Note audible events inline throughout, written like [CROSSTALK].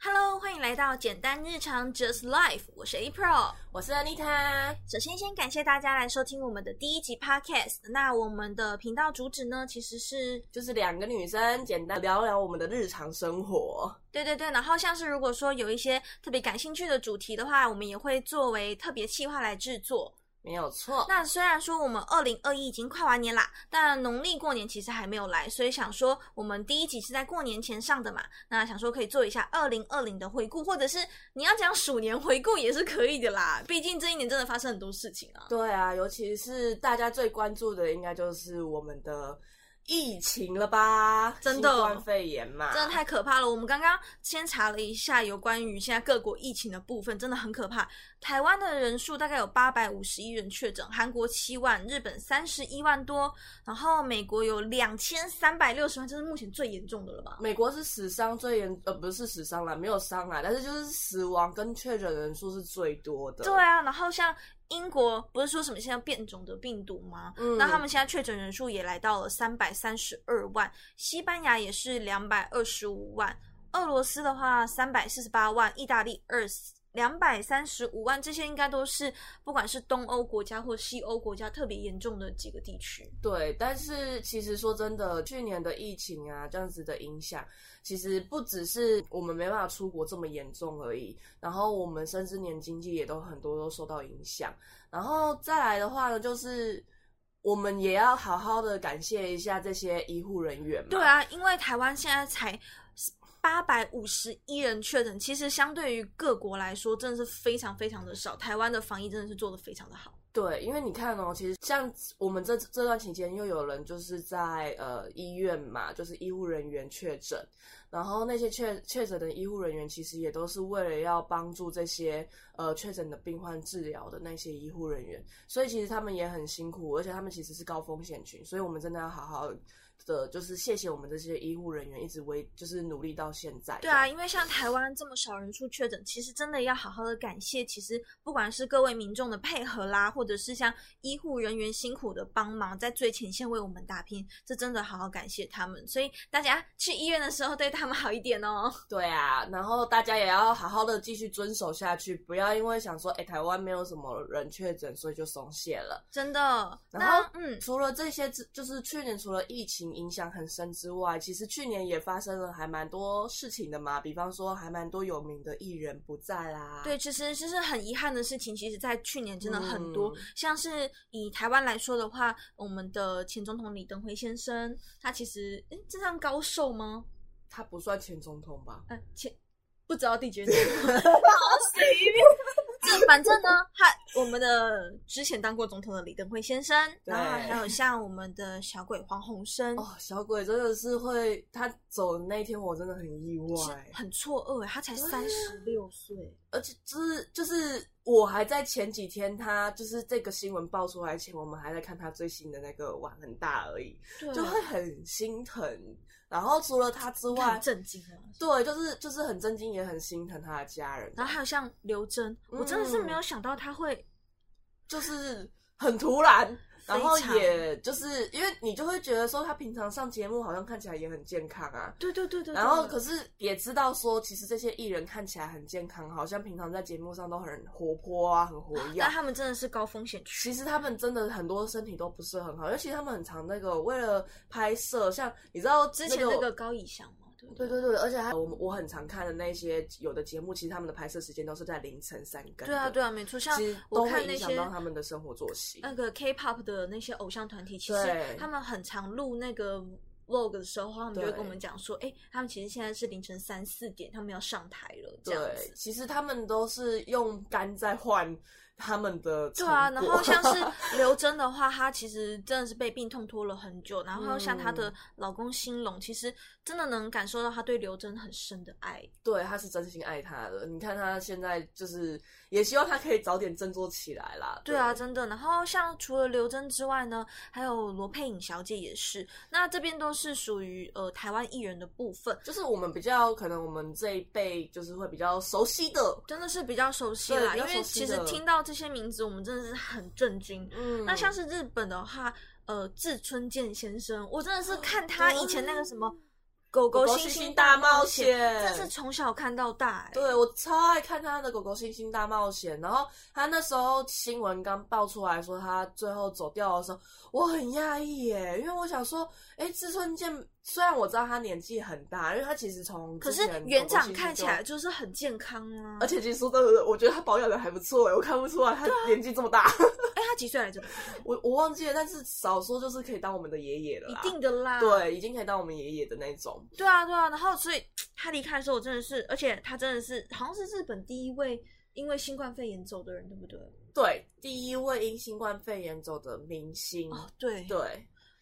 Hello，欢迎来到简单日常 Just Life，我是 April。我是 Anita。首先，先感谢大家来收听我们的第一集 Podcast。那我们的频道主旨呢，其实是就是两个女生简单聊聊我们的日常生活，对对对，然后像是如果说有一些特别感兴趣的主题的话，我们也会作为特别企划来制作。没有错。那虽然说我们二零二一已经快完年啦，但农历过年其实还没有来，所以想说我们第一集是在过年前上的嘛，那想说可以做一下二零二零的回顾，或者是你要讲鼠年回顾也是可以的啦，毕竟这一年真的发生很多事情啊。对啊，尤其是大家最关注的，应该就是我们的疫情了吧？真的新冠肺炎嘛，真的太可怕了！我们刚刚先查了一下有关于现在各国疫情的部分，真的很可怕。台湾的人数大概有八百五十一人确诊，韩国七万，日本三十一万多，然后美国有两千三百六十万，这是目前最严重的了吧？美国是史上最严，呃，不是史上啦，没有伤啦，但是就是死亡跟确诊人数是最多的。对啊，然后像英国不是说什么现在变种的病毒吗？嗯那他们现在确诊人数也来到了三百三十二万，西班牙也是两百二十五万，俄罗斯的话三百四十八万，意大利二两百三十五万，这些应该都是不管是东欧国家或西欧国家特别严重的几个地区。对，但是其实说真的，去年的疫情啊，这样子的影响，其实不只是我们没办法出国这么严重而已，然后我们甚至连经济也都很多都受到影响。然后再来的话呢，就是我们也要好好的感谢一下这些医护人员嘛。对啊，因为台湾现在才。八百五十一人确诊，其实相对于各国来说，真的是非常非常的少。台湾的防疫真的是做的非常的好。对，因为你看哦，其实像我们这这段期间，又有人就是在呃医院嘛，就是医护人员确诊，然后那些确确诊的医护人员，其实也都是为了要帮助这些呃确诊的病患治疗的那些医护人员，所以其实他们也很辛苦，而且他们其实是高风险群，所以我们真的要好好的，就是谢谢我们这些医护人员一直为就是努力到现在。对啊，，因为像台湾这么少人数确诊，其实真的要好好的感谢，其实不管是各位民众的配合啦，或者是像医护人员辛苦的帮忙，在最前线为我们打拼，这真的好好感谢他们。所以大家去医院的时候对他们好一点哦。 [LAUGHS] 对啊，然后大家也要好好的继续遵守下去，不要因为想说，哎，台湾没有什么人确诊，所以就松懈了。真的。然后那嗯，除了这些之，就是去年除了疫情影响很深之外，其实去年也发生了还蛮多事情的嘛，比方说还蛮多有名的艺人不在啦。对，其实其实很遗憾的事情，其实在去年真的很多，嗯像是以台湾来说的话，我们的前总统李登辉先生，他其实诶这算高寿吗？他不算前总统吧？呃，前不知道第 [LAUGHS] 几任，好随便。 [LAUGHS] 这反正呢，他我们的之前当过总统的李登辉先生，对然后还有像我们的小鬼黄鸿升，哦，小鬼真的是会，他走的那一天我真的很意是外，很错愕，他才对啊三十六岁，而且就是就是我还在前几天他就是这个新闻爆出来前，我们还在看他最新的那个碗很大而已。对啊就会很心疼。然后除了他之你看外很，震惊啊。对，就是就是很震惊，也很心疼他的家人，然后还有像刘真，我真的是没有想到他会，就是很突然。然后非常也就是因为你就会觉得说他平常上节目好像看起来也很健康啊，对对对对对，然后可是是也知道说其实这些艺人看起来很健康，好像平常在节目上都很活泼啊，很活跃但。他们真的是高风险区，其实他们真的很多身体都不是很好，尤其他们很常那个为了拍摄，像你知道之前那那个个高以翔嘛，对不对对对，而且还有我们我很常看的那些有的节目，其实他们的拍摄时间都是在凌晨三更的。对啊对啊，没错，像其实我都看会那影些嗯响到他们的生活作息。那个 K-pop 的那些偶像团体，其实对他们很常录那个 vlog 的时候，他们就会对跟我们讲说，哎、他们其实现在是凌晨三四点，他们要上台了，这样对子，。其实他们都是用肝在换他们的对成果。啊，然后像 [LAUGHS] 是刘真的话，她其实真的是被病痛拖了很久，然后像她的老公兴隆，其实真的能感受到她对刘真很深的爱。对，他是真心爱他的。你看他现在就是也希望他可以早点振作起来啦。对啊，真的。然后像除了刘真之外呢，还有罗佩颖小姐也是。那这边都是属于呃台湾艺人的部分，就是我们比较可能我们这一辈就是会比较熟悉的，真的是比较熟悉啦。对比因较熟悉的为其实听到这些名字，我们真的是很震惊。嗯那像是日本的话，呃，志村健先生，我真的是看哦他以前那个什么《狗狗狗星狗星星星大冒冒险真是从小看到大、欸。对我超爱看他的《狗狗星星大冒险》，然后他那时候新闻刚爆出来说他最后走掉的时候，我很讶异耶，因为我想说，哎，志村健虽然我知道他年纪很大，因为他其实从可之是前狗狗园长星星看起就来就是很健康啊，而且其实说真的，我觉得他保养的还不错哎，我看不出来他年纪这么 [LAUGHS] 大，哎、他几岁来着？我我忘记了，但是少说就是可以当我们的爷爷了一啦，定啊的啦，啊对，已经可以当我们爷爷的那一种。对啊，对啊，然后所以他离开的时候，我真的是，而且他真的是好像是日本第一位因为新冠肺炎走的人，对不对？对，第一位因新冠肺炎走的明星，哦，对，对，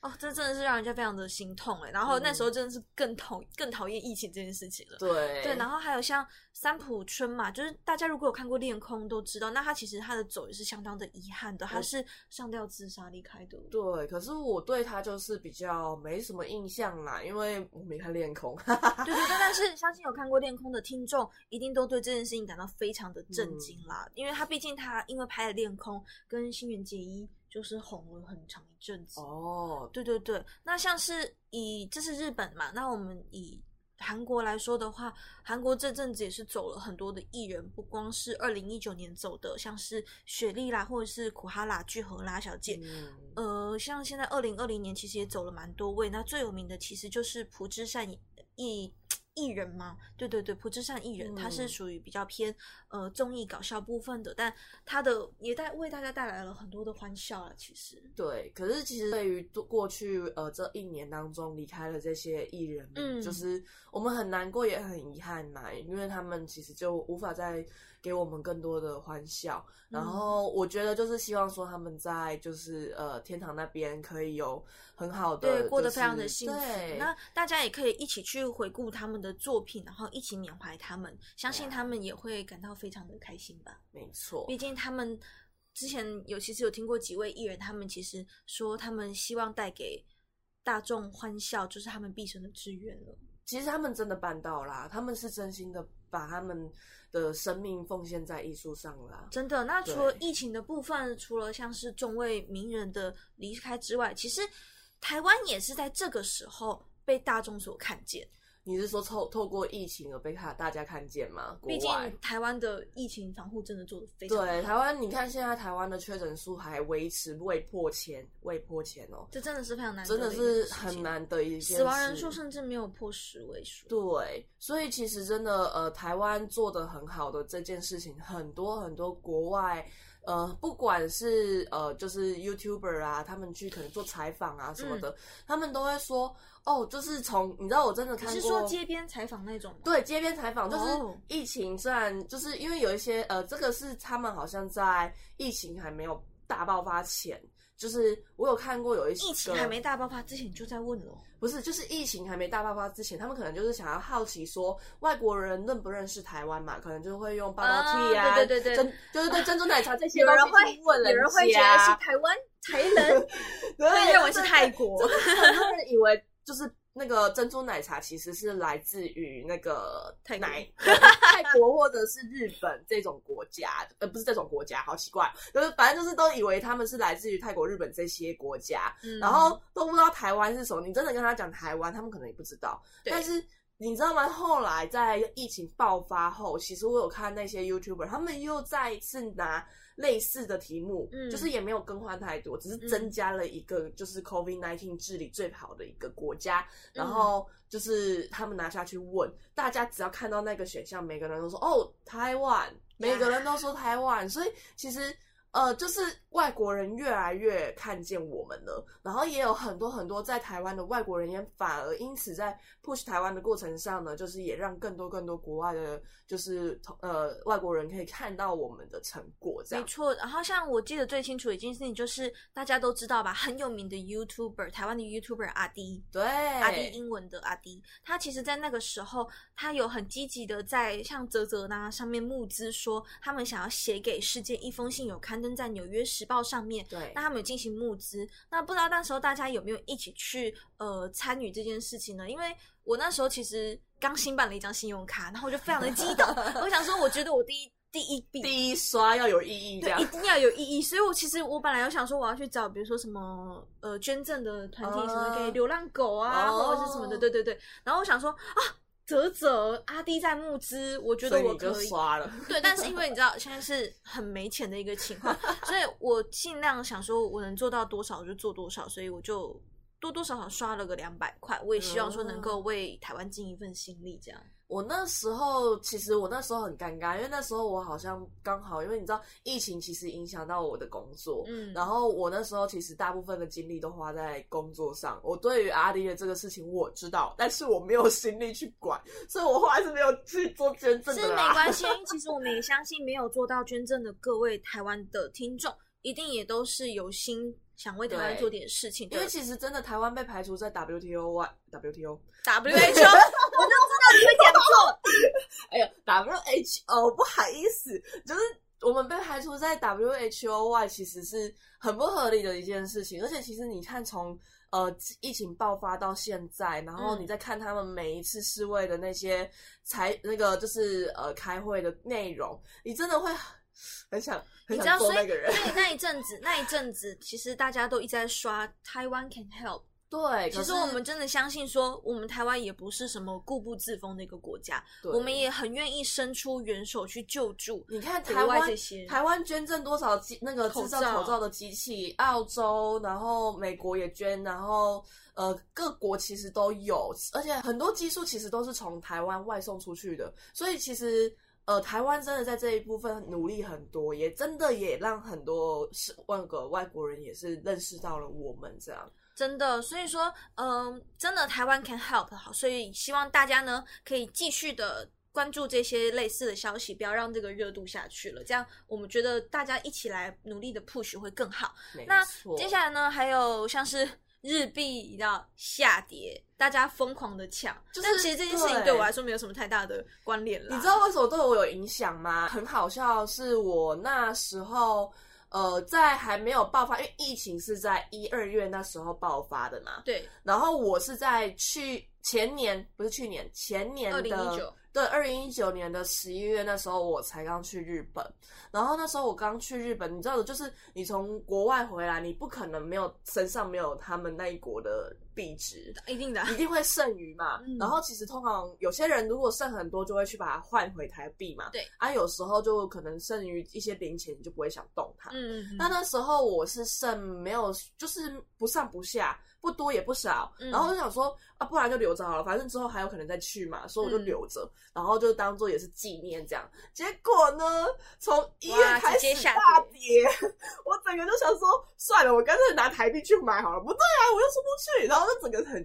哦，这真的是让人家非常的心痛哎。然后那时候真的是更讨更讨厌疫情这件事情了。嗯对，对，然后还有像三浦春嘛，就是大家如果有看过《恋空》都知道，那他其实他的走也是相当的遗憾的，他是上吊自杀离开的。哦对，可是我对他就是比较没什么印象啦，因为我没看恋空。 [LAUGHS] 对对对，但是相信有看过《恋空》的听众，一定都对这件事情感到非常的震嗯惊啦，因为他毕竟他因为拍了《恋空》跟新垣结衣就是红了很长一阵子。哦，对对对，那像是以这是日本嘛，那我们以韩国来说的话，韩国这阵子也是走了很多的艺人，不光是二零一九年走的，像是雪莉啦，或者是苦哈啦、聚合啦小姐，嗯，呃，像现在二零二零年其实也走了蛮多位，那最有名的其实就是朴智善艺艺人嘛，对对对，朴智善艺人，他是嗯属于比较偏呃综艺搞笑部分的，但他的也带为大家带来了很多的欢笑了。其实，对。可是其实对于多过去呃这一年当中离开了这些艺人们，嗯就是我们很难过也很遗憾嘛，因为他们其实就无法再给我们更多的欢笑。嗯然后我觉得就是希望说他们在就是呃天堂那边可以有很好的、对，过得就非常是的幸福对。那大家也可以一起去回顾他们的作品，然后一起缅怀他们，相信对啊他们也会感到非常的开心吧。没错，毕竟他们之前有其实有听过几位艺人，他们其实说他们希望带给大众欢笑，就是他们毕生的志愿了。其实他们真的办到啦，他们是真心的把他们的生命奉献在艺术上啦。真的，那除了对疫情的部分，除了像是众位名人的离开之外，其实台湾也是在这个时候被大众所看见。你是说透透过疫情而被看大家看见吗？国毕竟外台湾的疫情防护真的做得非常好对台湾，你看现在台湾的确诊数还维持未破千，未破千哦，这真的是非常难得真的的一件事情，是很难的一件事。死亡人数甚至没有破十位数。对，所以其实真的，呃，台湾做的很好的这件事情，很多很多国外，呃，不管是呃，就是 YouTuber 啊，他们去可能做采访啊什么嗯的，他们都会说，哦，就是从你知道，我真的你看是过，说街边采访那种吗？对，街边采访就是哦疫情，虽然就是因为有一些呃，这个是他们好像在疫情还没有大爆发前，就是我有看过有一些疫情还没大爆发之前就在问了哦。不是，就是疫情还没大爆发之前，他们可能就是想要好奇说外国人认不认识台湾嘛，可能就会用 bubble tea 啊，对对对对珍就是对珍珠奶茶这些有东人西会去问有人会觉得是家，台湾才能，会 [LAUGHS] 对，认为 [LAUGHS] 是泰国真。的很多人以为就是那个珍珠奶茶其实是来自于那个泰国奶泰国或者是日本这种国家，呃，不是这种国家，好奇怪，哦就是反正就是都以为他们是来自于泰国、日本这些国家，嗯然后都不知道台湾是什么。你真的跟他讲台湾，他们可能也不知道。对但是你知道吗？后来在疫情爆发后，其实我有看那些 YouTuber，他们又再一次拿类似的题目，嗯就是也没有更换太多，只是增加了一个就是 COVID-19 治理最好的一个国家，嗯然后就是他们拿下去问大家，只要看到那个选项，每个人都说哦台湾，每个人都说台湾，所以其实。呃，就是外国人越来越看见我们了，然后也有很多很多在台湾的外国人也反而因此在 push 台湾的过程上呢，就是也让更多更多国外的，就是同呃外国人可以看到我们的成果，这没样。错，然后像我记得最清楚的一件事情，就是大家都知道吧，很有名的 YouTuber，台湾的 YouTuber 阿迪，对，阿迪英文的阿迪，他其实，在那个时候，他有很积极的在像泽泽呐上面募资说，他们想要写给世界一封信，有刊登在《纽约时报》上面。对那，他们有进行募资，那不知道那时候大家有没有一起去呃参与这件事情呢？因为我那时候其实刚新办了一张信用卡，然后我就非常的激动，我想说，我觉得我第一第一笔第一刷要有意义，这对，样一。定要有意义。所以我其实我本来有想说，我要去找比如说什么呃捐赠的团体，哦什么给流浪狗啊，哦或者是什么的，对对对。然后我想说啊，泽泽阿弟在募资，我觉所得以我你就可以。刷了，对，但是因为你知道现在是很没钱的一个情况，所以我尽量想说我能做到多少就做多少，所以我就。多多少少刷了个两百块，我也希望说能嗯够为台湾尽一份心力，这样。我那时候其实我那时候很尴尬，因为那时候我好像刚好，因为你知道疫情其实影响到我的工作，嗯，然后我那时候其实大部分的精力都花在工作上。我对于阿迪的这个事情我知道，但是我没有心力去管，所以我后来是没有去做捐赠是的没啦。关系，其实我们也相信没有做到捐赠的各位台湾的听众，一定也都是有心想为台湾 [LAUGHS] 对做点事情的。因为其实真的台湾被排除在 WTO 外，WTO， WHO，我就知 [LAUGHS] 道你会讲错。哎呀，WHO，不好意思，就是我们被排除在 WHO 外，其实是很不合理的一件事情。而且其实你看从，呃疫情爆发到现在，然后嗯你再看他们每一次示威的那些才那个就是呃开会的内容，你真的会很想你很知想道，做所那以个人。所以那一阵子，那一阵子，其实大家都一直在刷台湾 can help。对，其可实是我们真的相信说，我们台湾也不是什么固步自封的一个国家，对我们也很愿意伸出援手去救助你看国台外湾这些。台湾捐赠多少机那个口制造罩口罩的机器？澳洲，然后美国也捐，然后呃各国其实都有，而且很多技术其实都是从台湾外送出去的，所以其实。呃，台湾真的在这一部分努力很多，也真的也让很多是万个外国人也是认识到了我们这样。真的，所以说，嗯，真的台湾 can help 好，所以希望大家呢可以继续的关注这些类似的消息，不要让这个热度下去了。这样，我们觉得大家一起来努力的 push 会更好。没那错，接下来呢，还有像是日币，你知道下跌，大家疯狂的抢，就是但其实这件事情对对我来说没有什么太大的啊关联啦。你知道为什么对我有影响吗？很好笑，是我那时候，呃，在还没有爆发，因为疫情是在一二月那时候爆发的嘛。对，然后我是在去前年，不是去年，前年二零一的九，对，二零一九年的十一月那时候我才刚去日本。然后那时候我刚去日本，你知道的，就是你从国外回来，你不可能没有身上没有他们那一国的币值。一定的啊，一定会剩余嘛。嗯然后其实通常有些人如果剩很多，就会去把它换回台币嘛。对，啊，有时候就可能剩余一些零钱，你就不会想动它。嗯，嗯那那时候我是剩没有，就是不上不下，不多也不少，嗯然后就想说啊，不然就留着好了，反正之后还有可能再去嘛，所以我就嗯留着，然后就当做也是纪念这样。结果呢，从一月哇开直接始下大跌， [LAUGHS] 我整个就想说算了，我干脆拿台币去买好了，不对啊，我又出不去，然后就整个很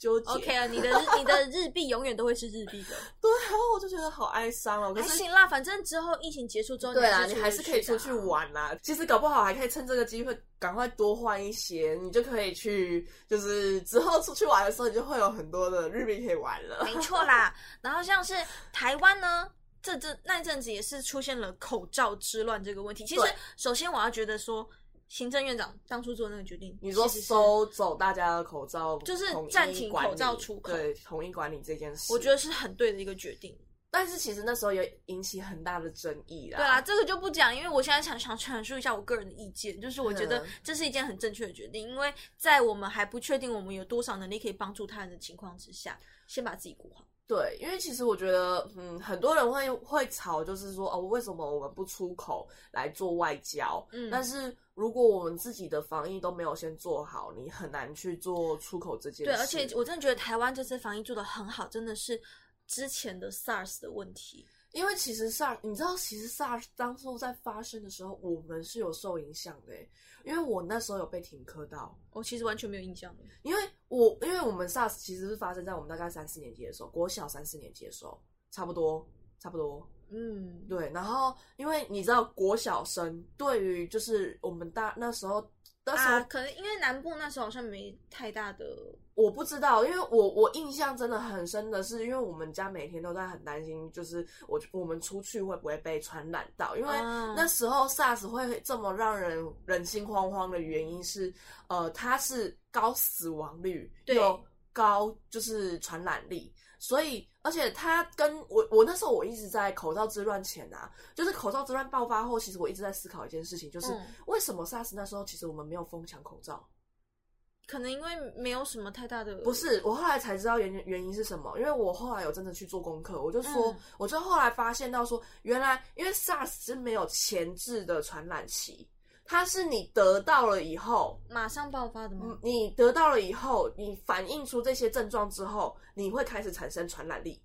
纠结。 OK 啊，你的日你的日币永远都会是日币的。对，然后我就觉得好哀伤哦。可还是行啦，反正之后疫情结束之后，对啊啦，啦，你还是可以出去。玩啦。其实搞不好还可以趁这个机会赶快多换一些，你就可以去，就是之后出去玩的时候，你就会有很多的日币可以玩了。 [LAUGHS] 没错啦，然后像是台湾呢，这阵那阵子也是出现了口罩之乱这个问题。其实对，首先我要觉得说，行政院长当初做那个决定，你说其实是收走大家的口罩，就是统一暂停管理口罩出口对，统一管理这件事，我觉得，是很对的一个决定。但是其实那时候也引起很大的争议啦。对啦，，这个就不讲，因为我现在想想阐述一下我个人的意见，就是我觉得嗯这是一件很正确的决定，因为在我们还不确定我们有多少能力可以帮助他人的情况之下，先把自己顾好。对，因为其实我觉得，嗯，很多人会会吵，就是说，哦，为什么我们不出口来做外交？嗯但是如果我们自己的防疫都没有先做好，你很难去做出口这件事。对，而且我真的觉得台湾这次防疫做的很好，真的是之前的 SARS 的问题。因为其实 SARS，你知道，其实 SARS 当初在发生的时候，我们是有受影响的欸，因为我那时候有被停课到，我其实完全没有印象。因为我因为我们 SARS 其实是发生在我们大概三四年级的时候，国小三四年级的时候，差不多，差不多，嗯，对，然后因为你知道国小生对于就是我们大那时候那时候、啊，可能因为南部那时候好像没太大的，我不知道，因为我我印象真的很深的是，因为我们家每天都在很担心，就是我我们出去会不会被传染到，因为啊那时候 SARS 会这么让人人心惶惶的原因是，呃，它是高死亡率，对有高就是传染力，所以而且它跟我我那时候我一直在口罩之乱前啊，就是口罩之乱爆发后，其实我一直在思考一件事情，就是、嗯为什么 SARS 那时候其实我们没有疯抢口罩。可能因为没有什么太大的，不是，我后来才知道原原因是什么，因为我后来有真的去做功课，我就说，嗯我就后来发现到说，原来因为 SARS 是没有前置的传染期，它是你得到了以后，马上爆发的吗？你得到了以后，你反映出这些症状之后，你会开始产生传染力，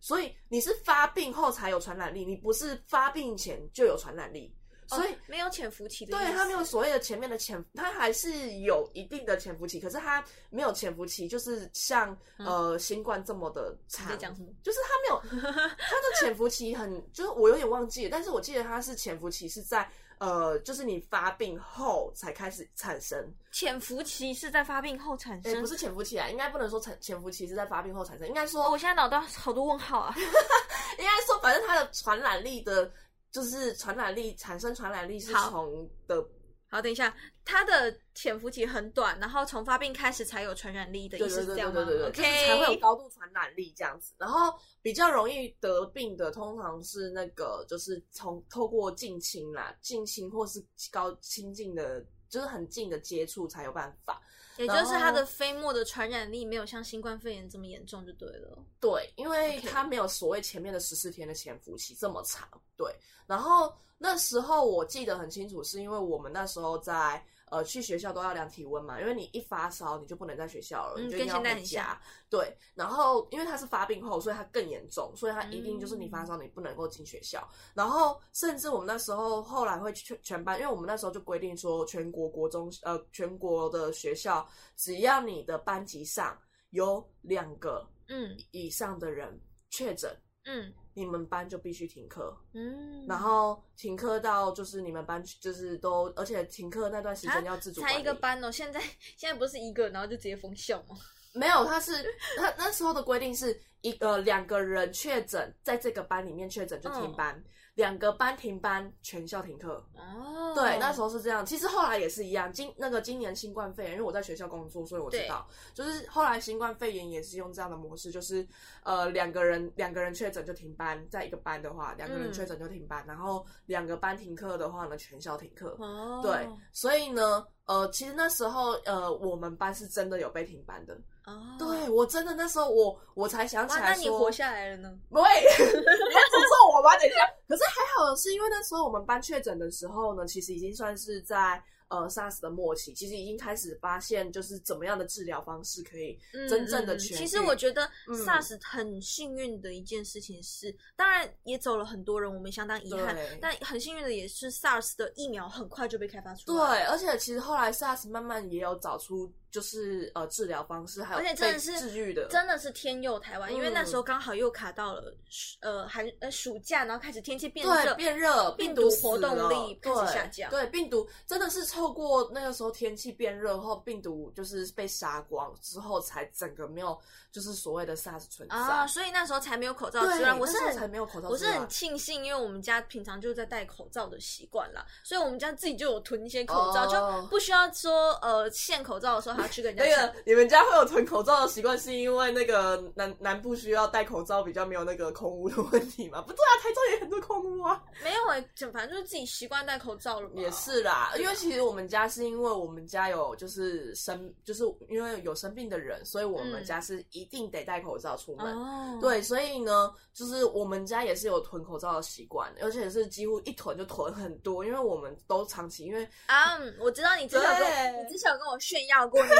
所以你是发病后才有传染力，你不是发病前就有传染力，所以哦没有潜伏期的，对，它没有，所谓的前面的潜，它还是有一定的潜伏期，可是它没有潜伏期，就是像、呃新冠这么的嗯你长在。讲什么？就是它 [LAUGHS] 没有它的潜伏期很，就是我有点忘记了，但是我记得它是潜伏期是在呃，就是你发病后才开始产生，潜伏期是在发病后产哎、生不。是潜伏期啊，应该不能说产潜伏期是在发病后产生，应该说哦，我现在脑袋好多问号啊！ [LAUGHS] 应该说，反正它的传染力的，就是传染力产生传染力是好从的好，等一下，它的潜伏期很短，然后从发病开始才有传染力的意思是对对这对样对吗对对对， ？OK，就是才会有高度传染力这样子。然后比较容易得病的，通常是那个就是从透过近亲啦、近亲或是高亲近的，就是很近的接触才有办法。也就是它的飞沫的传染力没有像新冠肺炎这么严重，就对了。对，因为 OK 它没有所谓前面的十四天的潜伏期这么长。对，然后那时候我记得很清楚，是因为我们那时候在呃去学校都要量体温嘛，因为你一发烧你就不能在学校了，嗯你就一定要跟现在回很家像。对，然后因为它是发病后，所以它更严重，所以它一定就是你嗯发烧你不能够进学校。然后甚至我们那时候后来会全全班，因为我们那时候就规定说，全国国中呃全国的学校，只要你的班级上有两个嗯以上的人确诊，嗯你们班就必须停课，嗯，然后停课到就是你们班就是都，而且停课那段时啊间要自主管理。才一个班哦，现在现在不是一个，然后就直接封校吗？没有，他是他那时候的规定是一呃两个人确诊，在这个班里面确诊就嗯停班，两个班停班，全校停课。哦， [LAUGHS] 对，那时候是这样。其实后来也是一样，今那个今年新冠肺炎，因为我在学校工作，所以我知道，就是后来新冠肺炎也是用这样的模式，就是呃两个人两个人确诊就停班，在一个班的话，两个人嗯确诊就停班，然后两个班停课的话呢，全校停课。哦，对，所以呢，呃，其实那时候呃我们班是真的有被停班的。哦，对我真的那时候我我才想起哇，来那说，你活下来了呢？不会， [LAUGHS] 你要诅咒我吗？等一下。可是还好的是，因为那时候我们班确诊的时候呢，其实已经算是在呃 SARS 的末期，其实已经开始发现就是怎么样的治疗方式可以嗯真正的嗯痊愈。其实我觉得嗯 SARS 很幸运的一件事情是，当然也走了很多人，我们相当遗憾对，但很幸运的也是 SARS 的疫苗很快就被开发出对，来，而且其实后来 SARS 慢慢也有找出就是呃治疗方式，还有而且真的被是治愈的，真的是天佑台湾，因为嗯那时候刚好又卡到了暑呃寒呃暑假，然后开始天气变对热，变热，病毒毒死活动了力开始对下降对病毒真的是透过那个时候天气变热后，病毒就是被杀光之后，才整个没有就是所谓的 SARS 存在。啊，所以那时候才没有口罩之对，乱，我是那时候很才没有口罩我之是乱，很庆幸，因为我们家平常就在戴口罩的习惯啦，所以我们家自己就有囤一些口罩，哦就不需要说呃限口罩的时候还要去跟人那家抢。个你们家会有囤口罩的习惯，是因为那个南南部需要戴口罩，比较没有那个空屋的问题吗？不对啊，台中也很多空屋啊。没有哎、就反正就是自己习惯戴口罩了嘛。也，是啦，因为其实我们家是因为我们家有就是生，就是因为有生病的人，所以我们嗯家是一定得戴口罩出门。哦，对，所以呢，就是我们家也是有囤口罩的习惯，而且是几乎一囤就囤很多，因为我们都长期，因为啊，嗯我知道你之前有跟我 [LAUGHS] 对你之前有跟我炫耀过，你在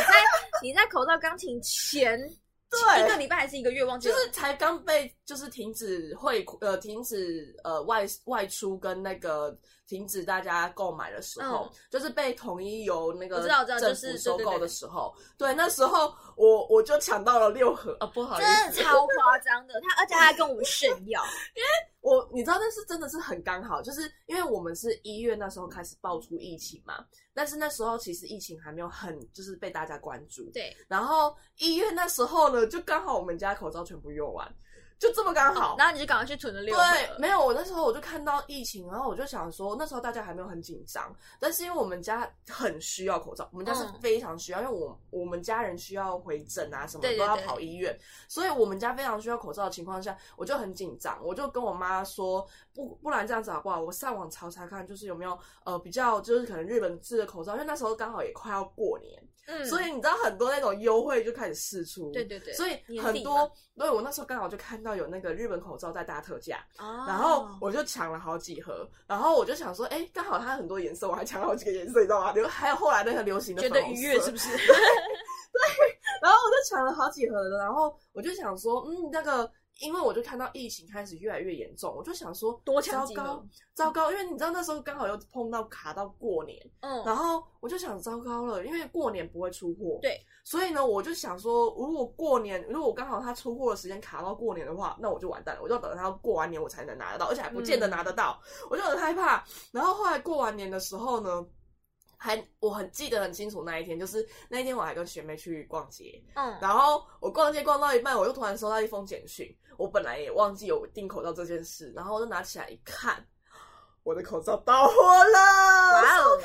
你在口罩刚停前对一个礼拜还是一个月，忘记就了。是才刚被就是停止汇呃停止呃外外出跟那个停止大家购买的时候，嗯就是被统一由那我个知道我知道政就是府对收对购对的时候，对那时候我我就抢到了六哦盒啊，不好意真的思，超夸张的，他而且他还跟我们炫耀，我你知道那是真的是很刚好，就是因为我们是一月那时候开始爆出疫情嘛，但是那时候其实疫情还没有很就是被大家关注， [LAUGHS] 对，然后一月那时候呢，就刚好我们家口罩全部用完，就这么刚好，然后你就赶快去囤了六盒，对，没有，我那时候我就看到疫情，然后我就想说，那时候大家还没有很紧张，但是因为我们家很需要口罩，我们家是嗯非常需要，因为我我们家人需要回诊啊什么对对都要对跑医院，所以我们家非常需要口罩的情况下，我就很紧张，我就跟我妈说，不不然这样子好不好？我上网查查看，就是有没有呃比较就是可能日本制的口罩，因为那时候刚好也快要过年，嗯，所以你知道很多那种优惠就开始试出，对对对，所以年很底多，对我那时候刚好就看到有那个日本口罩在大特价，哦然后我就抢了好几盒，然后我就想说，哎、刚好它很多颜色，我还抢了好几个颜色，你知道吗？流还有后来那个流行的觉粉得红愉悦色是不 [LAUGHS] 是？然后我就抢了好几盒了，然后我就想说，嗯，那个，因为我就看到疫情开始越来越严重，我就想说，多抢糟几糕盒，糟糕，因为你知道那时候刚好又碰到卡到过年，嗯，然后我就想，糟糕了，因为过年不会出货，对，所以呢，我就想说，如果过年，如果刚好他出货的时间卡到过年的话，那我就完蛋了，我就要等他过完年我才能拿得到，而且还不见嗯得拿得到，我就很害怕。然后后来过完年的时候呢。还我很记得很清楚那一天，就是那一天我还跟学妹去逛街，嗯，然后我逛街逛到一半，我就突然收到一封简讯，我本来也忘记有订口罩这件事，然后我就拿起来一看，我的口罩到货了，哇哦，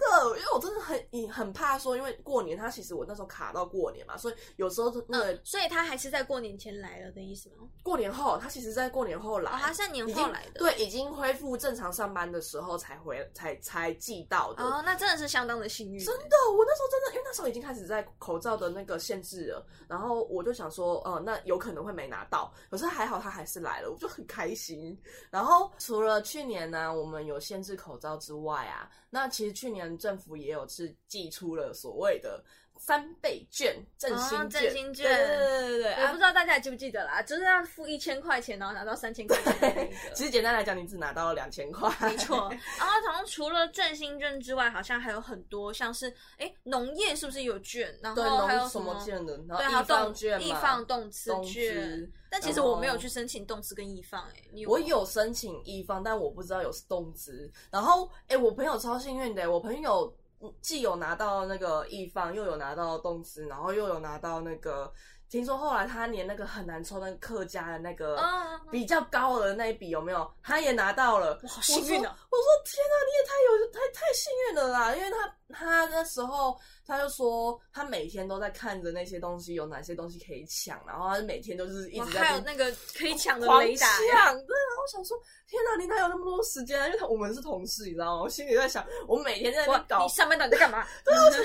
的，因为我真的很你很怕说，因为过年它其实我那时候卡到过年嘛，所以有时候那个嗯，所以他还是在过年前来了的意思吗？过年后，它其实在过年后来，哦，他是在年已后经来的，。对，已经恢复正常上班的时候才回才才寄到的。哦，那真的是相当的幸运，真的，我那时候真的，因为那时候已经开始在口罩的那个限制了，然后我就想说，呃，那有可能会没拿到，可是还好它还是来了，我就很开心。然后除了去年呢、我们有限制口罩之外啊，那其实去年政府也有是寄出了所谓的三倍券、振兴哦券、振兴券对对对对对我不啊知道大家还记不记得啦，就是要付一千块钱，然后拿到三千块钱的那一个。其实简单来讲，你只拿到了两千块， [LAUGHS] 没错，然后好像除了振兴券之外，好像还有很多像是哎农业是不是有券，然 [LAUGHS] 对，后还有农什么么券的，然对，还有后易放动券易嘛，放动词东券芝，但其实然我没有后去申请动词跟易放哎，你哦我吗有申请一方，但我不知道有动资。然后，哎、我朋友超幸运的，我朋友嗯既有拿到那个一方，又有拿到动资，然后又有拿到那个。听说后来他连那个很难抽那个客家的那个哦比较高额的那一笔有没有？他也拿到了，哇好幸运啊我说！我说天哪，你也太有太太幸运了啦！因为他他那时候他就说他每天都在看着那些东西有哪些东西可以抢，然后他每天都是一哇直在还有盯那个可以抢的狂雷达抢，对哎，啊！我想说，天哪，你哪有那么多时间啊？因为他我们是同事，你知道吗？我心里在想，我每天在那边哇，搞欸啊你，上班到底在 [LAUGHS] 干嘛？我每天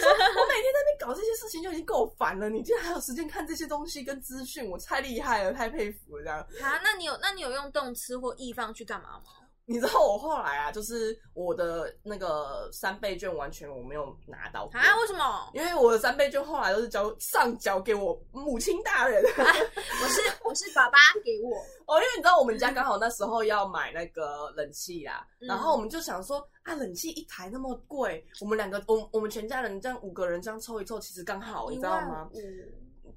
在那边搞这些事情就已经够烦了，你竟然还有时间看这些东西跟资讯，我太厉害了，太佩服了这样。啊，那你有那你有用动词或易放去干嘛吗？你知道我后来啊，就是我的那个三倍券完全我没有拿到过啊，为什么？因为我的三倍券后来都是交上交给我母亲大人。啊我是我是爸爸给我， [LAUGHS] 哦，因为你知道我们家刚好那时候要买那个冷气啦，嗯然后我们就想说啊，冷气一台那么贵，我们两个，我我们全家人这样五个人这样凑一凑，其实刚好，你知道吗？ 15,000？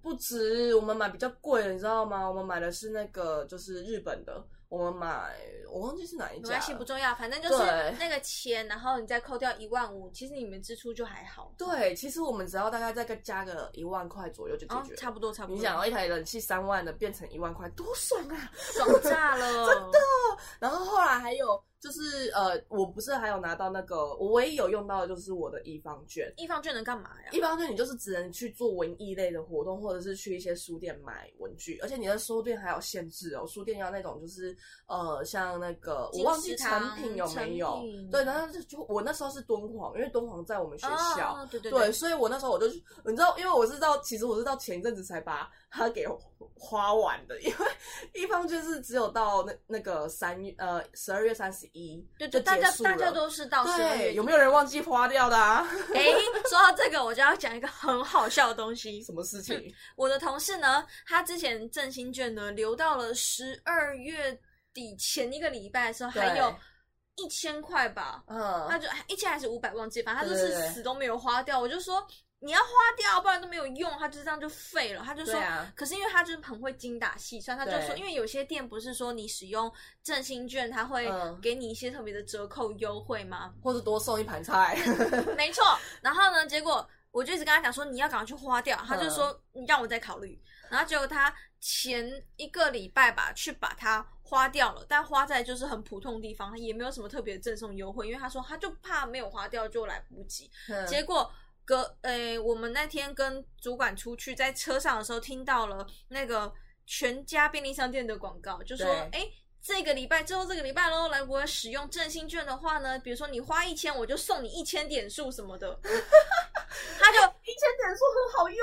不止，我们买比较贵的，你知道吗？我们买的是那个就是日本的，我们买我忘记是哪一没家关系，了不。重要，反正就是对那个钱，然后你再扣掉一万五，其实你们支出就还好，对，其实我们只要大概再加个一万块左右就解哦决，了。差不多差不多。你想要一台冷气三万的变成一万块，多爽啊！爽炸 [LAUGHS] 了，真的然后后来还有就是呃，我不是还有拿到那个，我唯一有用到的就是我的一方券。易放券能干嘛呀？一方券你就是只能去做文艺类的活动，或者是去一些书店买文具，而且你的书店还有限制哦，书店要那种就是呃，像那个我金忘记石成堂品有没有成？品对，然后就就我那时候是敦煌，因为敦煌在我们学校，哦、对对对，所以我那时候我就去，你知道，因为我是到，其实我是到前一阵子才把它给花完的， [LAUGHS] 因为一方就是只有到那那个三月呃十二月三十一，对对，大家大家都是到十二月对，有没有人忘记花掉的啊？ [LAUGHS] 哎，说到这这个我就要讲一个很好笑的东西。什么事情？我的同事呢，他之前振兴券呢留到了十二月底前一个礼拜的时候，对还有一千块吧，他嗯，就一千还是五百忘记，反正他就对对是对死都没有花掉。我就说你要花掉，不然都没有用，他就这样就废了。他就对说。啊，可是因为他就是很会精打细算，他就说，对因为有些店不是说你使用振兴券，他会嗯给你一些特别的折扣优惠吗？或者多送一盘菜。没错。然后呢，结果我就一直跟他讲说你要赶快去花掉，他就说你让我再考虑。然后结果他前一个礼拜吧去把它花掉了，但花在就是很普通的地方，也没有什么特别的赠送优惠，因为他说他就怕没有花掉就来不及。嗯 [LAUGHS] 嗯结果隔诶、我们那天跟主管出去，在车上的时候听到了那个全家便利商店的广告，就说对诶。这个礼拜之后，这个礼拜喽，来我使用振兴券的话呢，比如说你花一千，我就送你一千点数什么的。他就一千点数很好用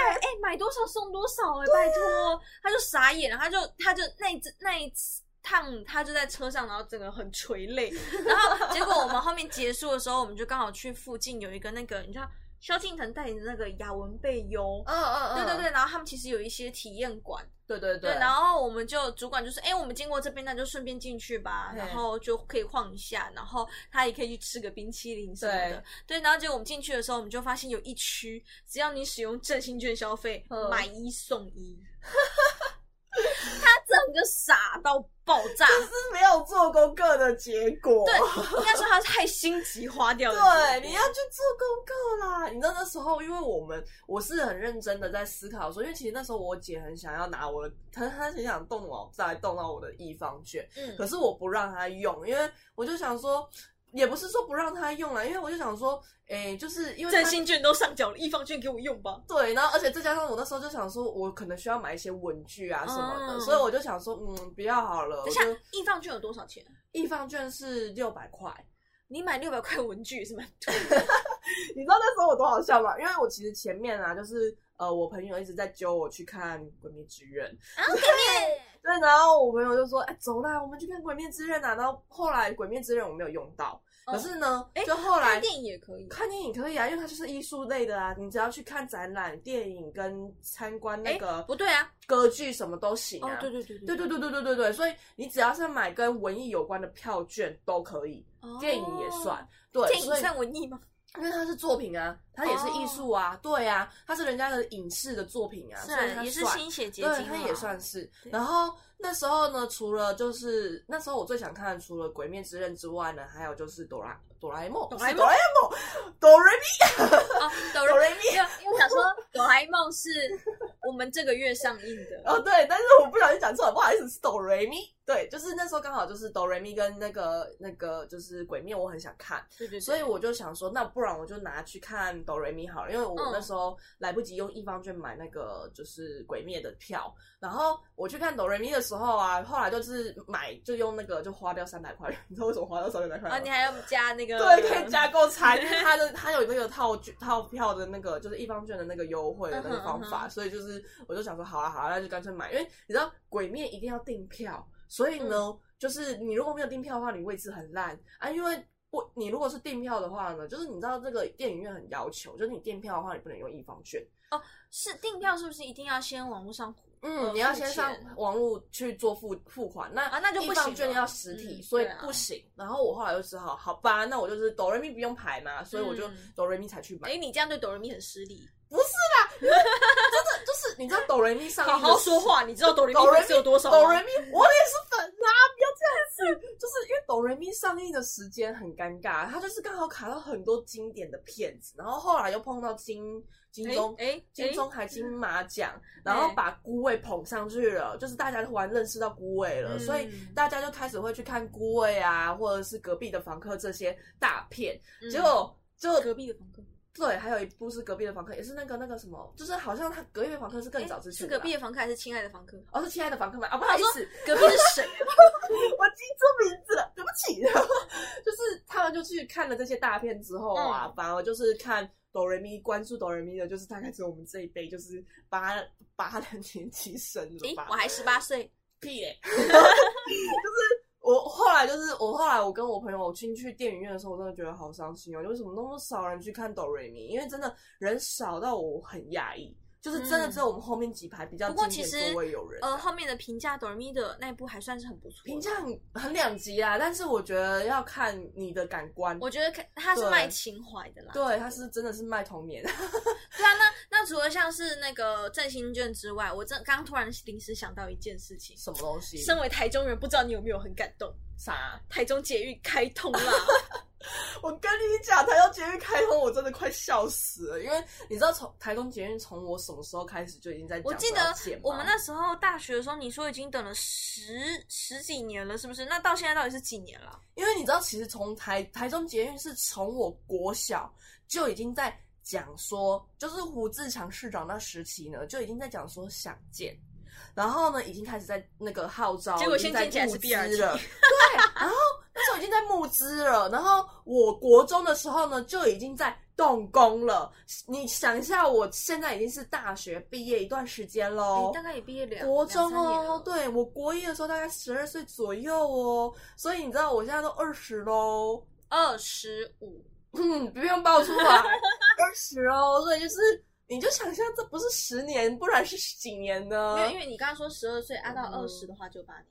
哎、哎、买多少送多少哎、拜托，他就傻眼了，他就他就那一次那一次趟他就在车上，然后整个很垂泪，然后结果我们后面结束的时候，我们就刚好去附近有一个那个你知道萧敬腾代言的那个雅文贝优。嗯嗯嗯，对对对，然后他们其实有一些体验馆，对对对，然后我们就主管就是，哎，我们经过这边，那就顺便进去吧，嘿然后就可以晃一下，然后他也可以去吃个冰淇淋什么的对，对，然后结果我们进去的时候，我们就发现有一区，只要你使用振兴券消费，嗯买一送一， [LAUGHS] 他整个傻到爆炸，这是没有做功课的结果。对，应该说他太心急花掉了，对，你要去做功课啦。你知道那时候，因为我们我是很认真的在思考说，因为其实那时候我姐很想要拿我的，她她很想动脑再动到我的一方券，嗯可是我不让她用，因为我就想说，也不是说不让她用啦，啊因为我就想说，诶，就是因为她振兴券都上缴了，一方券给我用吧，对，然后而且再加上我那时候就想说，我可能需要买一些文具啊什么的，嗯所以我就想说，嗯，不要好了，我等一下就，一方券有多少钱？一方券是六百块。你买六百块文具是吗？你知道那时候我多好笑吗？因为我其实前面啊，就是呃，我朋友一直在揪我去看《鬼灭之刃》，啊对，然后我朋友就说：“哎、走啦，我们去看《鬼灭之刃》啊。”然后后来《鬼灭之刃》我没有用到，哦可是呢，哎就后来看电影也可以。看电影可以啊，因为它就是艺术类的啊，你只要去看展览、电影跟参观那个不对啊，歌剧什么都行哦啊，。对对对对对对对对对对，所以你只要是买跟文艺有关的票券都可以，哦电影也算，对，电影所以算文艺吗？因为它是作品啊，它也是艺术啊，对啊，它是人家的影视的作品啊，所以它也哦是算。心血结晶对，嘛，它也算是。对然后那时候呢，除了就是那时候我最想看，除了《鬼灭之刃》之外呢，还有就是哆啦哆啦 A 梦，哆啦 A 是梦哆啦 A 梦，哆瑞咪， [LAUGHS] 哦。哆哆啦瑞咪。因为因为想说 [LAUGHS] 哆啦 A 梦是我们这个月上映 [LAUGHS] 的，哦，对，但是我不小心讲错了，不好意思，是哆瑞咪。对，就是那时候刚好就是哆瑞咪跟那个那个就是鬼灭，我很想看。对对，所 [LAUGHS] 以我就想说，那不然我就拿去看哆瑞咪好了，因为我嗯那时候来不及用一方券买那个就是鬼灭的票，然后我去看哆瑞咪的时候啊，后来就是买就用那个就花掉三百块，你知道为什么花掉三百块吗？啊，你还要加那个对，可以加购餐，因为 [LAUGHS] 它的它有那个套券套票的那个，就是一方券的那个优惠的那个方嗯哼法，所以就是我就想说，好啊好啊，那就干脆买，因为你知道鬼面一定要订票，所以呢，嗯就是你如果没有订票的话，你位置很烂啊，因为。我你如果是订票的话呢，就是你知道这个电影院很要求，就是你订票的话，你不能用一方券， [LAUGHS] 是订票是不是一定要先网络上嗯，呃你要付先上钱网络去做付付款，那啊那就不一方行券了要实体，嗯所以对啊不行。然后我后来就只好，好吧，那我就是哆瑞咪不用排嘛，所以我就嗯哆瑞咪才去买。哎，你这样对哆啦咪很失礼，这就是你知道哆瑞咪上好映好的说话，你知道哆啦哆咪瑞粉咪丝有多少哆吗瑞？咪，我也是粉啊！不要这样子， [LAUGHS] 就是因为哆瑞咪上映的时间很尴尬，它就是刚好卡到很多经典的片子，然后后来又碰到金金钟哎哎，金钟还金马奖，然后把孤味捧上去了，就是大家突然认识到孤味了，嗯所以大家就开始会去看孤味啊，或者是隔壁的房客这些大片，嗯结果就隔壁的房客对，还有一部是隔壁的房客，也是那个那个什么，就是好像他隔壁的房客是更早哎之是前隔的吧壁的房客还是亲爱的房客？哦，是亲爱的房客们啊，不好意思，隔壁是谁 [LAUGHS] 啊？我记错名字了，对不起。然后 [LAUGHS] 就是他们就去看了这些大片之后啊，反而就是看哆瑞咪，关注哆瑞咪的，就是大概只有我们这一辈，就是八八的年级生了哎， [LAUGHS] 吧我？还十八岁，屁嘞！就是我后来就是我后来我跟我朋友我进去电影院的时候，我真的觉得好伤心哦，为什么那么少人去看哆瑞咪？因为真的人少到我很讶异，就是真的只有我们后面几排比较不过经其典实座位有人啊、呃，后面的评价《哆瑞咪》的那一部还算是很不错的，评价很很两极啊，但是我觉得要看你的感官。我觉得可他是对卖情怀的啦。对，他是真的是卖 [LAUGHS] 童年，对啊，那那除了像是那个振兴券之外，我真刚突然临时想到一件事情，什么东西？身为台中人，不知道你有没有很感动？啥？台中捷运开通 [LAUGHS] 啦！我跟你讲，台中捷运开通，我真的快笑死了，因为你知道从台中捷运从我什么时候开始就已经在我讲记说得要建我吗们那时候大学的时候，你说已经等了十十几年了，是不是？那到现在到底是几年了？因为你知道，其实从台台中捷运是从我国小就已经在讲说，就是胡志强市长那时期呢，就已经在讲说想建，然后呢，已经开始在那个号召，结果已经先在建起来募是资 BRT 了，对，然后那时候已经在募资了，然后我国中的时候呢，就已经在。动工了，你想一下，我现在已经是大学毕业一段时间喽你，大概也毕业两哦国中两三年了哦，对我国一的时候大概十二岁左右哦，所以你知道我现在都二十喽，二十五，嗯，不用爆出来，二十哦，所以就是你就想象这不是十年，不然是几年因呢？为因为你刚刚说十二岁，按到嗯二十的话就八年。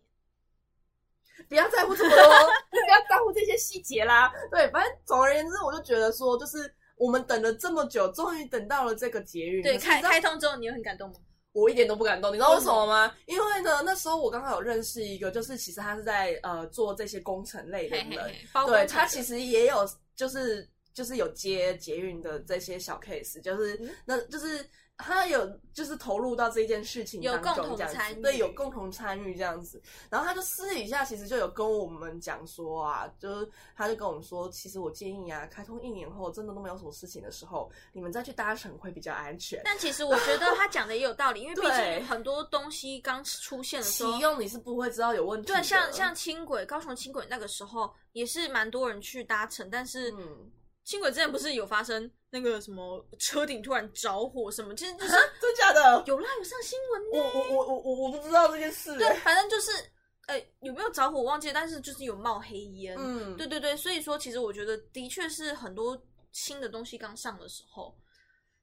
不要在乎这么多，哦不要在乎这些细节啦。对，反正总而言之，我就觉得说，就是我们等了这么久，终于等到了这个捷运，对，可是开开通之后，你有很感动吗？我一点都不感动，你知道为什么吗？因为呢，那时候我刚好有认识一个，就是其实他是在呃做这些工程类的嘿人，嘿嘿，包对工他程其实也有就是就是有接捷运的这些小 case，就是、嗯那就是他有就是投入到这件事情有当共中同这样参子，与对，有共同参与这样子。然后他就私底下其实就有跟我们讲说啊，就是他就跟我们说，其实我建议啊，开通一年后真的都没有什么事情的时候，你们再去搭乘会比较安全。但其实我觉得他讲的也有道理，因为毕对竟很多东西刚出现的时候启，用你是不会知道有问题的，对，像像轻轨，高雄轻轨那个时候也是蛮多人去搭乘，但是嗯，轻轨之前不是有发生那个什么车顶突然着火什么，其实就是真假的，有啦，有上新闻我呢。我我我我我不知道这件事、对，反正就是呃有没有着火我忘记了，但是就是有冒黑烟。嗯，对对对，所以说其实我觉得的确是很多新的东西刚上的时候，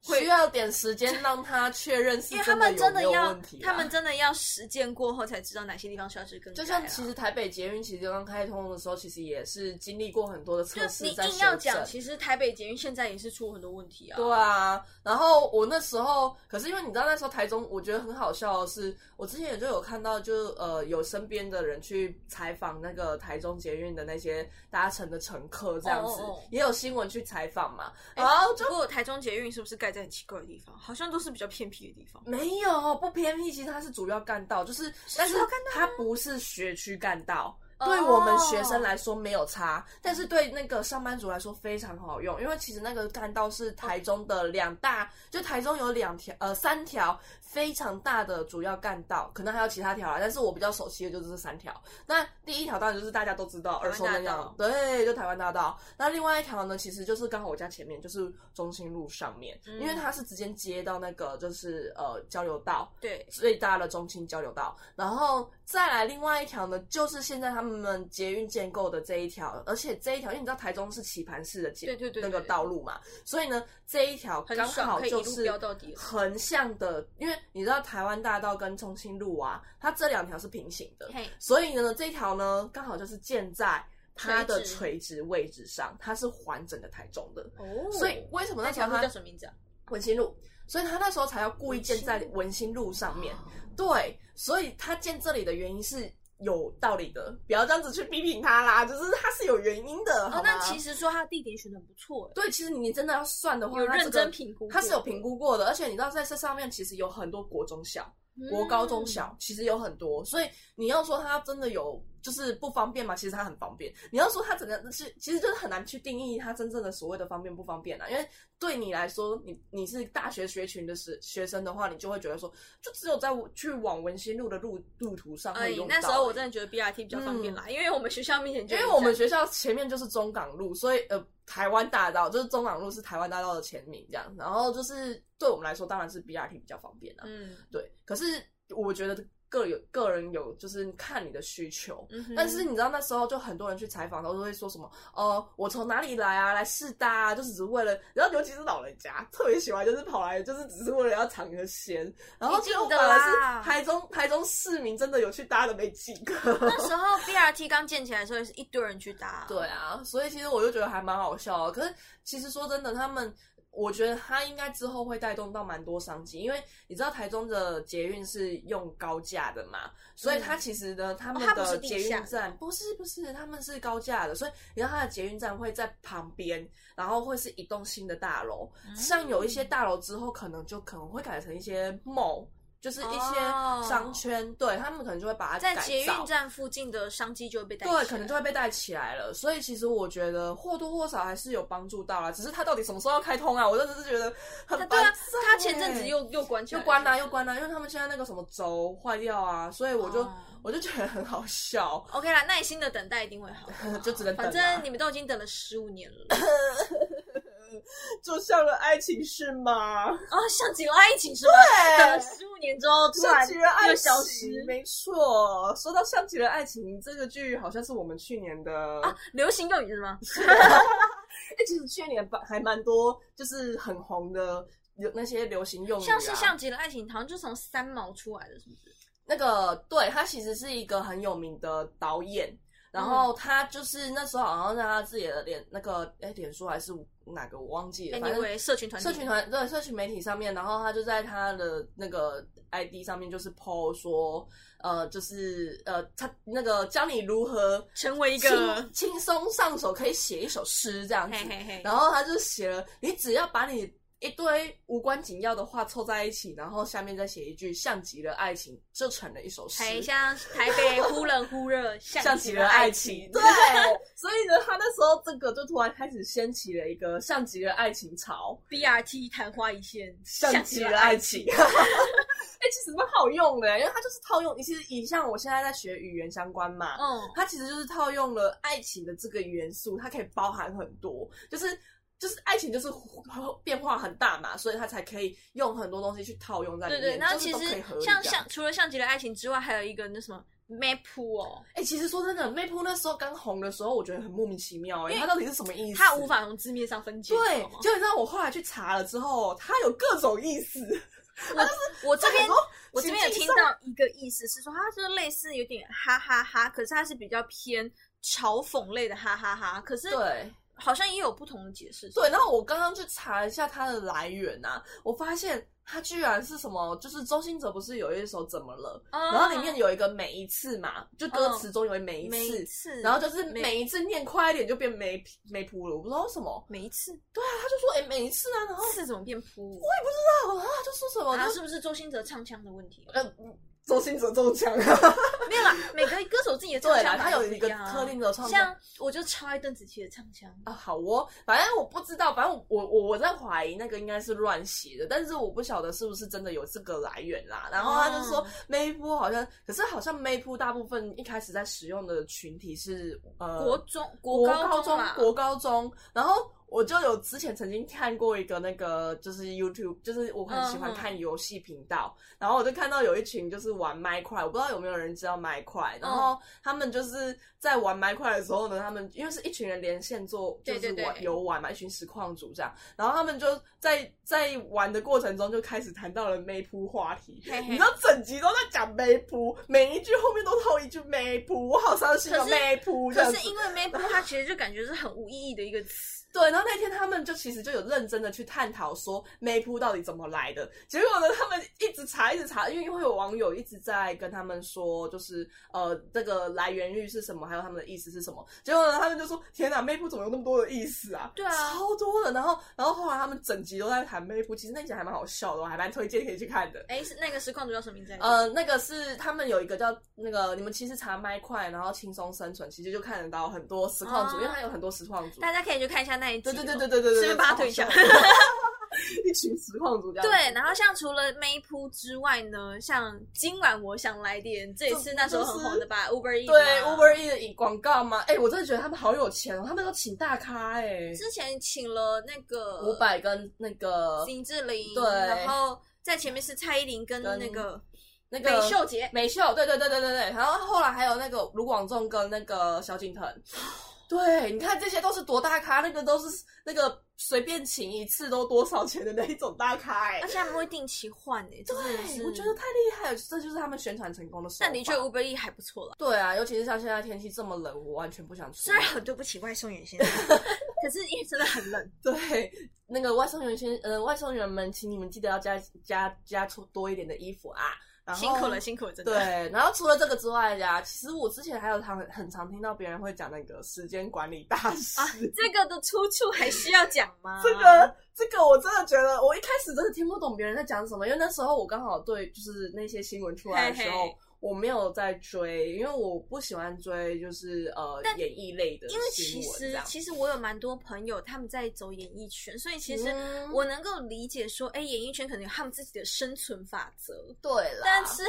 需要点时间让他确认是因为他们真真的的有没有要问题，啊啦他们真的要实践过后才知道哪些地方需要去更改就啊。像其实台北捷运其实刚开通的时候，其实也是经历过很多的测就试你在硬要修讲，正。其实台北捷运现在也是出很多问题啊。对啊，然后我那时候，可是因为你知道那时候台中，我觉得很好笑的是，我之前也就有看到就，呃有身边的人去采访那个台中捷运的那些搭乘的乘客这样子，哦哦哦也有新闻去采访嘛，哎然后就。不过台中捷运是不是盖在很奇怪的地方？好像都是比较偏僻的地方。没有不偏僻，其实它是主要干道，就是，但是主要干它不是学区干道。哦对我们学生来说没有差，但是对那个上班族来说非常好用，因为其实那个干道是台中的两大，就台中有两条呃三条非常大的主要干道，可能还有其他条啊啦，但是我比较熟悉的就是这三条。那第一条当然就是大家都知道台耳湾熟能大详道，对，就台湾大道。那另外一条呢，其实就是刚好我家前面，就是中心路上面，嗯因为它是直接接到那个就是呃交流道，对，最大的中清交流道，然后再来另外一条呢，就是现在他们捷运建构的这一条，而且这一条，因为你知道台中是棋盘式的捷对对对那个对道路嘛，所以呢这一条很刚爽好可以就一路是飙到底了横向的，因为你知道台湾大道跟中清路啊，它这两条是平行的，嘿，所以呢这一条呢刚好就是建在它的垂直垂直位置上，它是环整个台中的，哦所以为什么那那时条候路它叫什么名字啊？文心路，所以他那时候才要故意建在文心路上面。对，所以他建这里的原因是有道理的，不要这样子去批评他啦，就是他是有原因的。哦，那其实实说它地点选的不错哎，对，其实你真的要算的话，有他这认个真评估过，他是有评估过的，而且你知道在这上面其实有很多国中小、嗯国高中小，其实有很多，所以你要说它真的有就是不方便嘛，其实它很方便。你要说它怎样，是其实就是很难去定义它真正的所谓的方便不方便啊啦，因为对你来说，你你是大学学群的学学生的话，你就会觉得说，就只有在去往文心路的路路途上而会已用。到、哎哎嗯那时候我真的觉得 BRT 比较方便啦，因为我们学校面前就因有为一我们站学校前面就是中港路，所以呃，台湾大道就是中港路是台湾大道的前名这样。然后就是对我们来说，当然是 BRT 比较方便啊。嗯，对，可是我觉得个有个人有，就是看你的需求。嗯哼但是你知道那时候就很多人去采访，都会说什么哦，我从哪里来啊，来试搭、啊，就是只为了，然后尤其是老人家特别喜欢，就是跑来就是只是为了要尝你的鲜，然后一定结果的反而啦是台中台中市民真的有去搭的没几个。那时候 BRT 刚建起来的时候，也是一堆人去搭。对啊，所以其实我就觉得还蛮好笑的。可是其实说真的，他们我觉得他应该之后会带动到蛮多商机，因为你知道台中的捷运是用高架的嘛，所以它其实呢，他们它嗯哦不是的地捷下运的站、不是不是，他们是高架的，所以你看它的捷运站会在旁边，然后会是一栋新的大楼，嗯像有一些大楼之后可能就可能会改成一些 mall。就是一些哦商圈对他们可能就会把它在改捷造运站附近的商机就会被带起来。对，可能就会被带起来了。所以其实我觉得或多或少还是有帮助到啦。只是它到底什么时候要开通啊？我真的是觉得他很烦对啊，躁他前阵子欸又又关起来又了，关啦、是不又是。关啦、因为他们现在那个什么轴坏掉啊，所以我就、哦我就觉得很好笑， OK 啦，耐心的等待一定会好的。 [LAUGHS] 就只能等、反啊。正你们都已经等了十五年 [LAUGHS] 了就像了爱情是 [LAUGHS] 吗？啊，像极了爱情是吧？等了十五年之后，突像然极了爱啊又情消失，没错。说到像极了爱情这个剧，好像是我们去年的啊，流行用语是吗？哎、其实去年吧还蛮多，就是很红的有那些流行用语、啊，像是像极了爱情，好像就从三毛出来的，是不是？那个，对他其实是一个很有名的导演，然后嗯他就是那时候好像在他自己的脸那个哎脸书还是哪个我忘记了，反正 anyway，社群团体社群团对社群媒体上面，然后他就在他的那个 ID 上面就是 PO 说，呃，就是呃他那个教你如何成为一轻个，轻松上手可以写一首诗这样子嘿，嘿嘿，然后他就写了，你只要把你一堆无关紧要的话凑在一起，然后下面再写一句“像极了爱情”，就成了一首诗。台像台北忽冷忽热， [LAUGHS] 像像极极了了爱爱情 [LAUGHS] 情，，对，所以呢，他那时候这个就突然开始掀起了一个像极了爱情潮， BRT 昙花一现，像极了爱情。 [LAUGHS] 哎、其实蛮好用的，因为它就是套用，其实以像我现在在学语言相关嘛，嗯，它其实就是套用了爱情的这个元素，它可以包含很多，就是就是爱情就是变化很大嘛，所以它才可以用很多东西去套用在里对对，面。然后就是其都可以实合理像这样像除了像极了爱情之外，还有一个那什么 Map 哦，哎、其实说真的，Map 那时候刚红的时候，我觉得很莫名其妙、哎，因为它到底是什么 [LAUGHS] 意思？它无法从字面上分解，你对知道吗，就你知道我后来去查了之后，它有各种意思。我我这边很多我这边有情听境上到一个意思是说，它就是类似有点哈哈哈，可是它是比较偏嘲讽类的哈哈哈，可是对好像也有不同的解释，对，然后我刚刚去查了一下它的来源啊，我发现它居然是什么，就是周兴哲不是有一首《怎么了》，哦，然后里面有一个每一次嘛，就歌词中有每一嗯每次，一次，然后就是每每一次念快一点就变没没谱了，我不知道为什么。每一次他就说哎、诶每一次啊，然后次怎么变扑？啊啊就说什么啊，就是不是周星哲唱腔的问题？呃周星哲中枪，没有啦，每个歌手自己的唱啊对啦腔他有本来就不一个样啊特定的唱腔像我就超爱邓紫棋的唱腔，啊好哦，反正我不知道，反正我我我在怀疑那个应该是乱写的，但是我不晓得是不是真的有这个来源啦。然后他就说哦梅铺好像，可是好像梅铺大部分一开始在使用的群体是呃国中、国高中啦，国高中，然后我就有之前曾经看过一个那个就是 YouTube，就是我很喜嗯欢看游戏频道，然后我就看到有一群就是玩麦块，我不知道有没有人知道麦块，然嗯后他们就是在玩麦块的时候呢，他们因为是一群人连线做，就对是对对玩游玩嘛，一群实况组这样，然后他们就在在玩的过程中就开始谈到了妹扑话题，嘿嘿你知道整集都在讲妹扑，每一句后面都套一句妹扑，我好伤心哦，可是妹扑这样可子是。因为 map [LAUGHS] 它其实就感觉是很无意义的一个词，对，然后那天他们就其实就有认真的去探讨说梅铺到底怎么来的。结果呢，他们一直查，一直查，因为会有网友一直在跟他们说，就是呃，这个来源域是什么，还有他们的意思是什么。结果呢，他们就说：“天哪，梅铺怎么有那么多的意思啊？”对啊超多的。然后，然后后来他们整集都在谈梅铺，其实那集还蛮好笑的，我还蛮推荐可以去看的。哎，是那个实况主叫什么名字来着？呃，那个是他们有一个叫那个，你们其实查麦块，然后轻松生存，其实就看得到很多实况组，哦因为它有很多实况组。大家可以去看一下那一集对哦，对对对对对对，顺便把它推一下超好笑。 [LAUGHS] 一群实况组这样子。对，然后像除了 Map 之外呢，像今晚我想来点，这也是那时候很红的吧，Uber E 对 Uber E 的以广告嘛，哎、我真的觉得他们好有钱哦，他们都请大咖哎、之前请了那个伍佰跟那个林志玲，对然后在前面是蔡依林跟跟那个那个美秀节，美秀，对对对对对对。然后后来还有那个卢广仲跟那个萧敬 [GASPS] 腾，对，你看这些都是多大咖，那个都是那个随便请一次都多少钱的那一种大咖、哎而且他们会定期换诶、这真的是对，我觉得太厉害了，这就是他们宣传成功的手法。但的确 Uber E 还不错了。对啊，尤其是像现在天气这么冷，我完全不想出虽门然。很对不起外送员先 [LAUGHS] 生，可是因为真的很冷。对，那个外送员先，呃，外送员们，请你们记得要加加加出多一点的衣服啊。然后辛苦了，辛苦了，真的。对，然后除了这个之外呀、其实我之前还有常很常听到别人会讲那个时间管理大师。啊，这个的出处还需要讲吗？ [LAUGHS] 这个这个我真的觉得，我一开始真的听不懂别人在讲什么，因为那时候我刚好对就是那些新闻出来的时候，嘿嘿我没有在追，因为我不喜欢追就是呃但演艺类的因为其新闻这实样其实我有蛮多朋友他们在走演艺圈，所以其实嗯我能够理解说，哎、演艺圈可能有他们自己的生存法则，对啊了，但是。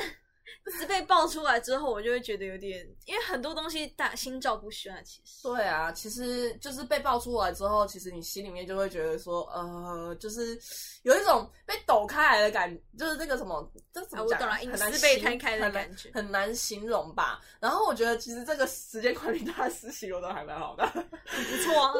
[LAUGHS] 是被爆出来之后，我就会觉得有点，因为很多东西大心照不宣啊。其实，对啊，其实就是被爆出来之后，其实你心里面就会觉得说，呃，就是有一种被抖开来的感，就是那个什么，这怎么啊我讲、懂了很隐私难被形摊开的很难感觉很难形容吧。然后我觉得其实这个时间管理大师形容的还蛮好的，不错啊，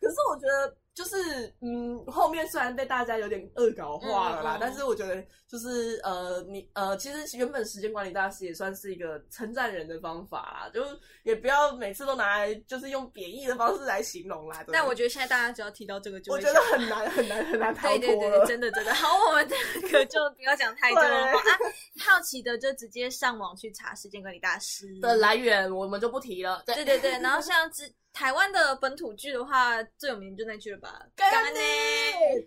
可是我觉得。就是嗯，后面虽然被大家有点恶搞化了啦，嗯嗯但是我觉得就是呃，你呃，其实原本时间管理大师也算是一个称赞人的方法啦，就是也不要每次都拿来就是用贬义的方式来形容啦。真 [LAUGHS] 的但我觉得现在大家只要提到这个就我会觉得很难很难很难逃对对脱对，了。真的真的。好，我们这个就不要讲太 [LAUGHS] 多了啊。好奇的就直接上网去查时间管理大师的来源我们就不提了。嗯对， [LAUGHS] 对对对，然后像之台湾的本土剧的话，最有名就那句了吧？干呢爹，？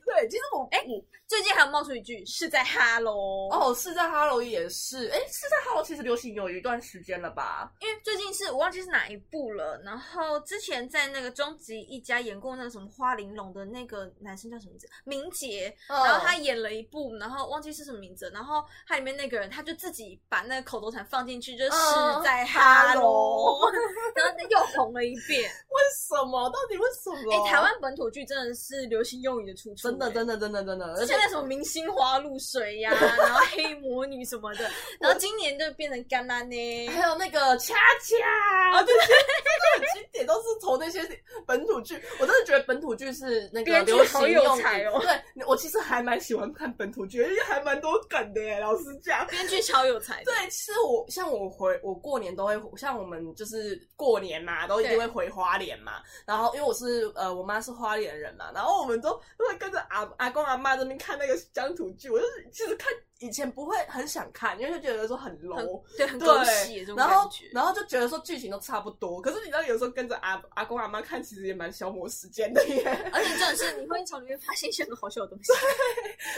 对，其实我哎、最近还有冒出一句是在哈喽，哦，是在哈喽也是，哎、是在哈喽其实流行有一段时间了吧？因为最近是我忘记是哪一部了。然后之前在那个终极一家演过那个什么花玲珑的那个男生叫什么名字？明杰，哦然后他演了一部，然后忘记是什么名字，然后他里面那个人他就自己把那个口头禅放进去，就是嗯在哈 [LAUGHS] 喽哈， [LAUGHS] 然后又红了一遍。 [LAUGHS] 为什么？到底为什么？哎、台湾本土剧真的是流行用语的出处、真的哎真的真的真的，而之且前那什么明星花露水 [LAUGHS] 呀、然后黑魔女什么的，然后今年就变成干妈 [LAUGHS] 呢。还有那个恰恰啊，对对，真的很经典，都是从那些本土剧。我真的觉得本土剧是那个编剧流行好有用语才哦对，我其实还蛮喜欢看本土剧，而且还蛮多梗的耶。老实讲，编剧超有才的，对，其实我像我回我过年都会像我们就是过年嘛，都一定会回花莲嘛。然后因为我是呃我妈是花莲人嘛，然后我们都都会跟着阿阿公阿妈这边看那个乡土剧。我就是其实看以前不会很想看，因为就觉得说很 low。对，很狗血对这，种然后感觉。然后就觉得说剧情都差不多，可是你知道有时候跟着阿阿公阿妈看，其实也蛮消磨时间的耶。 [LAUGHS] 而且真的是你会从里面发现一些很好笑的东西。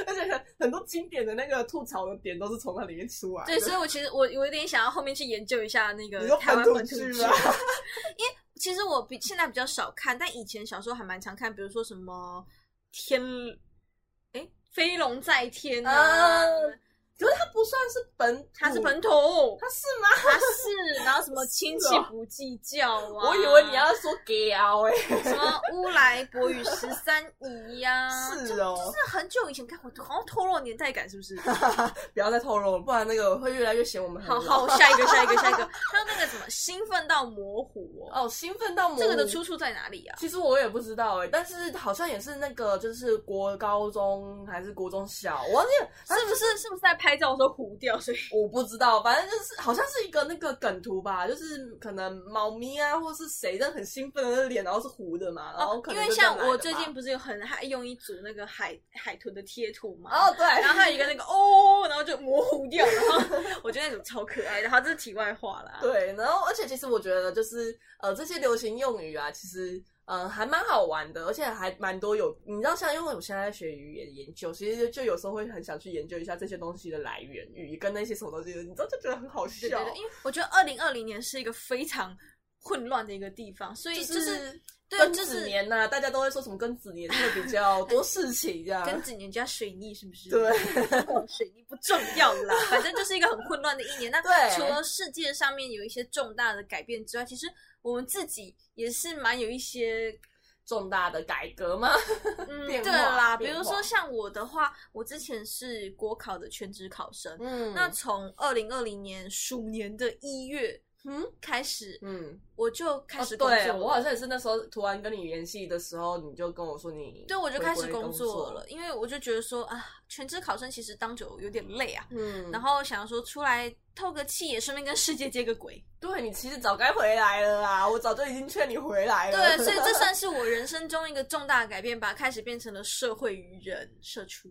而且很很多经典的那个吐槽的点都是从那里面出来的。对，所以我其实我有一点想要后面去研究一下那你个说台湾本土本土剧剧吗，其实我比现在比较少看，但以前小时候还蛮常看，比如说什么天，哎，飞龙在天啊，啊哦可是它不算是本土，它是本土，它是吗？它 [LAUGHS] 是，然后什么亲戚是哦不计较啊，我以为你要说 gay 哎、什么乌来博与十三姨呀、是哦啊就，是很久以前看，我好像透露年代感，是 [LAUGHS] 不是？不要再透露了，不然那个会越来越嫌我们很好老好，下一个，下一个，下一个。还有那个什么，兴奋到模糊哦，哦，兴奋到模糊这个的出处在哪里啊？其实我也不知道哎、但是好像也是那个，就是国高中还是国中小，我忘记了是不是是不是在拍照的时候糊掉？所以我不知道，反正就是好像是一个那个梗图吧，就是可能猫咪啊，或是谁的很兴奋的那脸，然后是糊的嘛，然哦后可哦因能为就这像样来的我吧最近不是有很爱用一组那个海海豚的贴图嘛，哦对，然后还有一个那个哦，然后就模糊掉，然后 [LAUGHS] 我觉得那组超可爱的。好，这是题外话啦。对，然后而且其实我觉得就是呃这些流行用语啊，其实呃还蛮好玩的，而且还蛮多有你知道像因为我现在在学语言研究，其实就有时候会很想去研究一下这些东西的来源，语跟那些什么东西的，你知道就觉得很好笑对。对对，因为我觉得二零二零年是一个非常混乱的一个地方，所以就就是对，啊庚就子是年呐、大家都会说什么庚子年会比较多事情这样。跟几年加水逆是不是？啊对， [LAUGHS] 水逆不重要啦，反正就是一个很混乱的一年。那对除了世界上 [LAUGHS] 面有一些重大的改变之外，其实我们自己也是蛮有一些重大的改革吗？嗯，变对化啦，比变如化说像我的话，我之前是国考的全职考生， [LAUGHS] 嗯那从二零二零年鼠年的一月嗯开始，嗯，我就开哦始工作了、对我好像也是那时候突然跟你联系的时候，你就跟我说你对，我就开始回归工工作了，，因为我就觉得说啊，全职考生其实当久有点累啊，嗯，然后想说出来透个气，也顺便跟世界接个轨。对你其实早该回来了啊，我早就已经劝你回来 [LAUGHS] 了。对，所以这 [LAUGHS] 算是我人生中一个重大的改变吧，开始变成了社会与人社畜。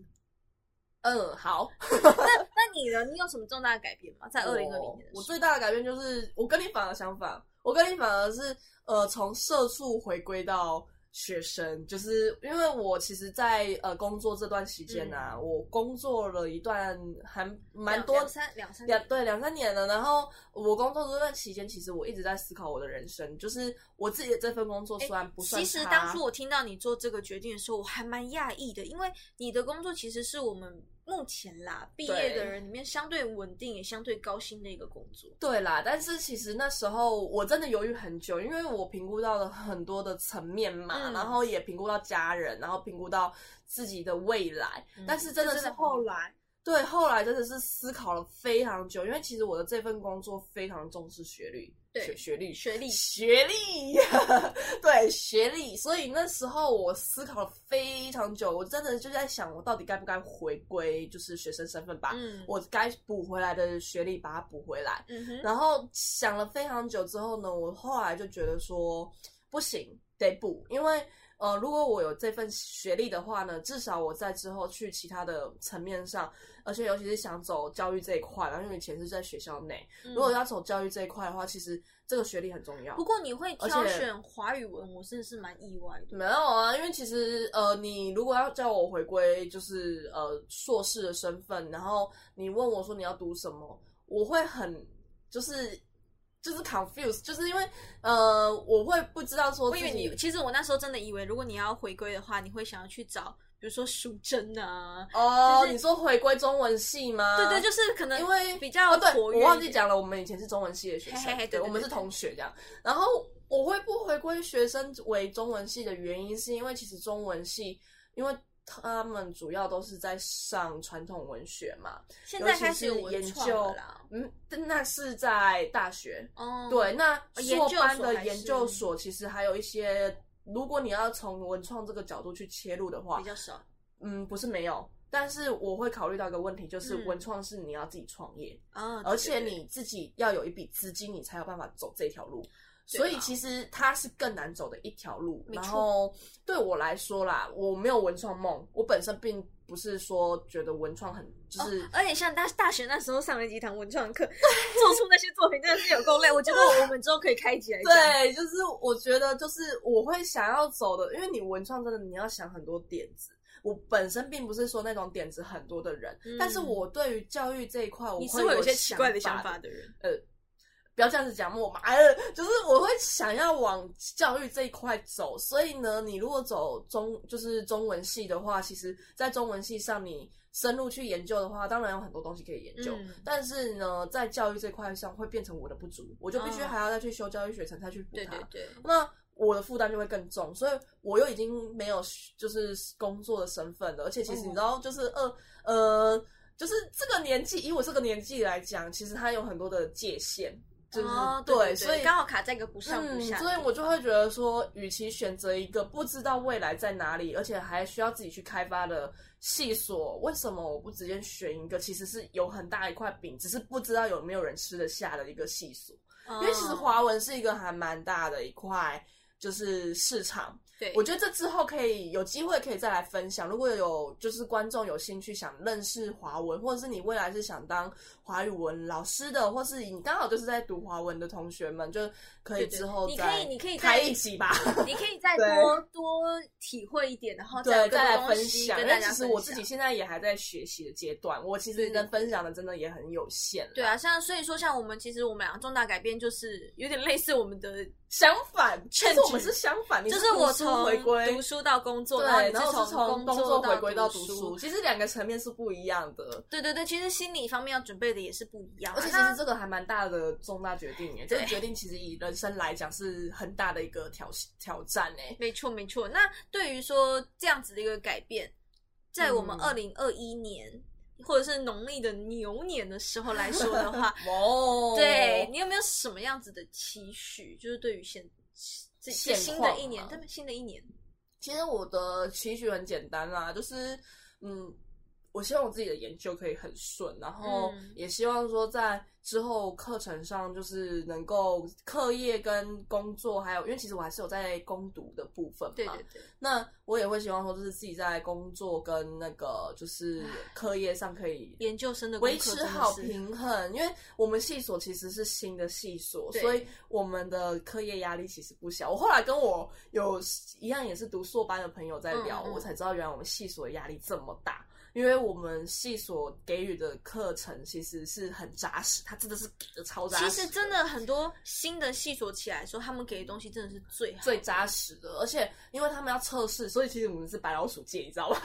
嗯好。 [LAUGHS] 那你呢？你有什么重大的改变吗？在二零二零年的时候我，我最大的改变就是我跟你反而相反，我跟你反而是呃从社畜回归到学生，就是因为我其实在，呃工作这段期间啊，我工作了一段还蛮两多嗯两三两三两对两三年了，然后我工作这段期间，其实我一直在思考我的人生，就是我自己的这份工作虽然不算其实它当初我听到你做这个决定的时候，我还蛮讶异的，因为你的工作其实是我们目前啦毕业的人里面相对稳定也相对高薪的一个工作。对啦，但是其实那时候我真的犹豫很久，因为我评估到了很多的层面嘛，嗯然后也评估到家人，然后评估到自己的未来，嗯但是真的这真是的后来。对，后来真的是思考了非常久，因为其实我的这份工作非常重视学历，对学学历，学历嗯学历， [LAUGHS] 对学历，所以那时候我思考了非常久，我真的就在想，我到底该不该回归就是学生身份吧？嗯，我该补回来的学历把它补回来。嗯哼，然后想了非常久之后呢，我后来就觉得说不行，得补，因为呃，如果我有这份学历的话呢，至少我在之后去其他的层面上，而且尤其是想走教育这一块，然后因为以前是在学校内，嗯如果要走教育这一块的话，其实这个学历很重要不。过你会挑而且选华语文，我真的是蛮意外的。没有啊，因为其实呃，你如果要叫我回归就是呃硕士的身份，然后你问我说你要读什么，我会很就是就是 confuse，就是因为呃我会不知道说我自以为己你，其实我那时候真的以为，如果你要回归的话，你会想要去找，比如说淑珍啊，哦，就是你说回归中文系吗？对对，就是可能啊因为比较哦，对，活我跃忘一记点讲了，我们以前是中文系的学生，嘿嘿嘿对对我们对是同学这样。然后我会不回归学生为中文系的原因，是因为其实中文系，因为他们主要都是在上传统文学嘛，现在尤其开始有是文研创究了啦。嗯，但那是在大学，哦，对，那研硕究班所的还研是究所其实还有一些，如果你要从文创这个角度去切入的话比，较少。嗯，不是没有。但是我会考虑到一个问题，就是嗯文创是你要自己创业，啊，而且对对你自己要有一笔资金，你才有办法走这条路。对所以啦其实它是更难走的一条路。没然错后对我来说啦，我没有文创梦，我本身并不是说觉得文创很就是、而且像大大学那时候上了几堂文创课，做出那些作品真的是有够累。我觉得我们之后可以开集来讲。对，就是我觉得就是我会想要走的，因为你文创真的你要想很多点子。我本身并不是说那种点子很多的人，嗯但是我对于教育这一块，我你是会有一些奇想怪的法想的法的人。不要这样子讲我嘛，呃， [LAUGHS] 就是我会想要往教育这一块走，所以呢，你如果走中就是中文系的话，其实在中文系上你深入去研究的话，当然有很多东西可以研究，嗯但是呢，在教育这块上会变成我的不足，我就必须嗯还要再去修教育学程再去补对它。对对，那我的负担就会更重，所以我又已经没有就是工作的身份了，而且其实嗯你知道，就是呃呃，就是这个年纪，以我这个年纪来讲，其实它有很多的界限，就是、哦对对所以刚好卡在一个不上不嗯，下的地所以方。我就会觉得说，与其选择一个不知道未来在哪里，而且还需要自己去开发的系所，为什么我不直接选一个其实是有很大一块饼，只是不知道有没有人吃得下的一个系所？因为其实哦华文是一个还蛮大的一块，就是市场。对，我觉得这之后可以有机会可以再来分享。如果有就是观众有兴趣想认识华文，或者是你未来是想当华语文老师的，或是你刚好就是在读华文的同学们，就可以对对之后你可再以你可以开再一集吧。 [LAUGHS] 你可以再对多多体会一点，然后有对，更再来多分哦东西享，因跟为大家其实分我自享嗯己现在也还在学习的阶段，我其实对对能分享的真的也很有限啦。对啊，像所以说，像我们其实我们两个重大改变就是有点类似我们的相反，其趁实我机们是相反，你就是是我读书书回归从读书到工作，对，后你然后是是从工作作回归到读读书，。其实两个层面是不一样的。对对对，其实心理方面要准备的也是不一样啊。而且其那实这个还蛮大的重大决定耶，这对个决定其实以人生来讲是很大的一个挑挑战哎。没错没错。那对于说这样子的一个改变，在我们嗯二零二一年、或者是农历的牛年的时候来说的 [LAUGHS] 话，哦对你有没有什么样子的期许？就是对于现这这现新况的一年，吗对新的一年，其实我的期许很简单啦，就是嗯，我希望我自己的研究可以很顺，然后嗯也希望说在之后课程上就是能够课业跟工作，还有因为其实我还是有在攻读的部分嘛，对对对，那我也会希望说就是自己在工作跟那个就是课业上可以研究生的功维课持真的好是平衡，因为我们系所其实是新的系所，对所以我们的课业压力其实不小。我后来跟我有一样也是读硕班的朋友在聊，嗯嗯我才知道原来我们系所的压力这么大。因为我们系所给予的课程其实是很扎实，它真的是给的超扎实其的。实真的很多新的系所起来的时候，他们给的东西真的是最好。最扎实的，而且因为他们要测试，所以其实我们是白老鼠界，你知道吗？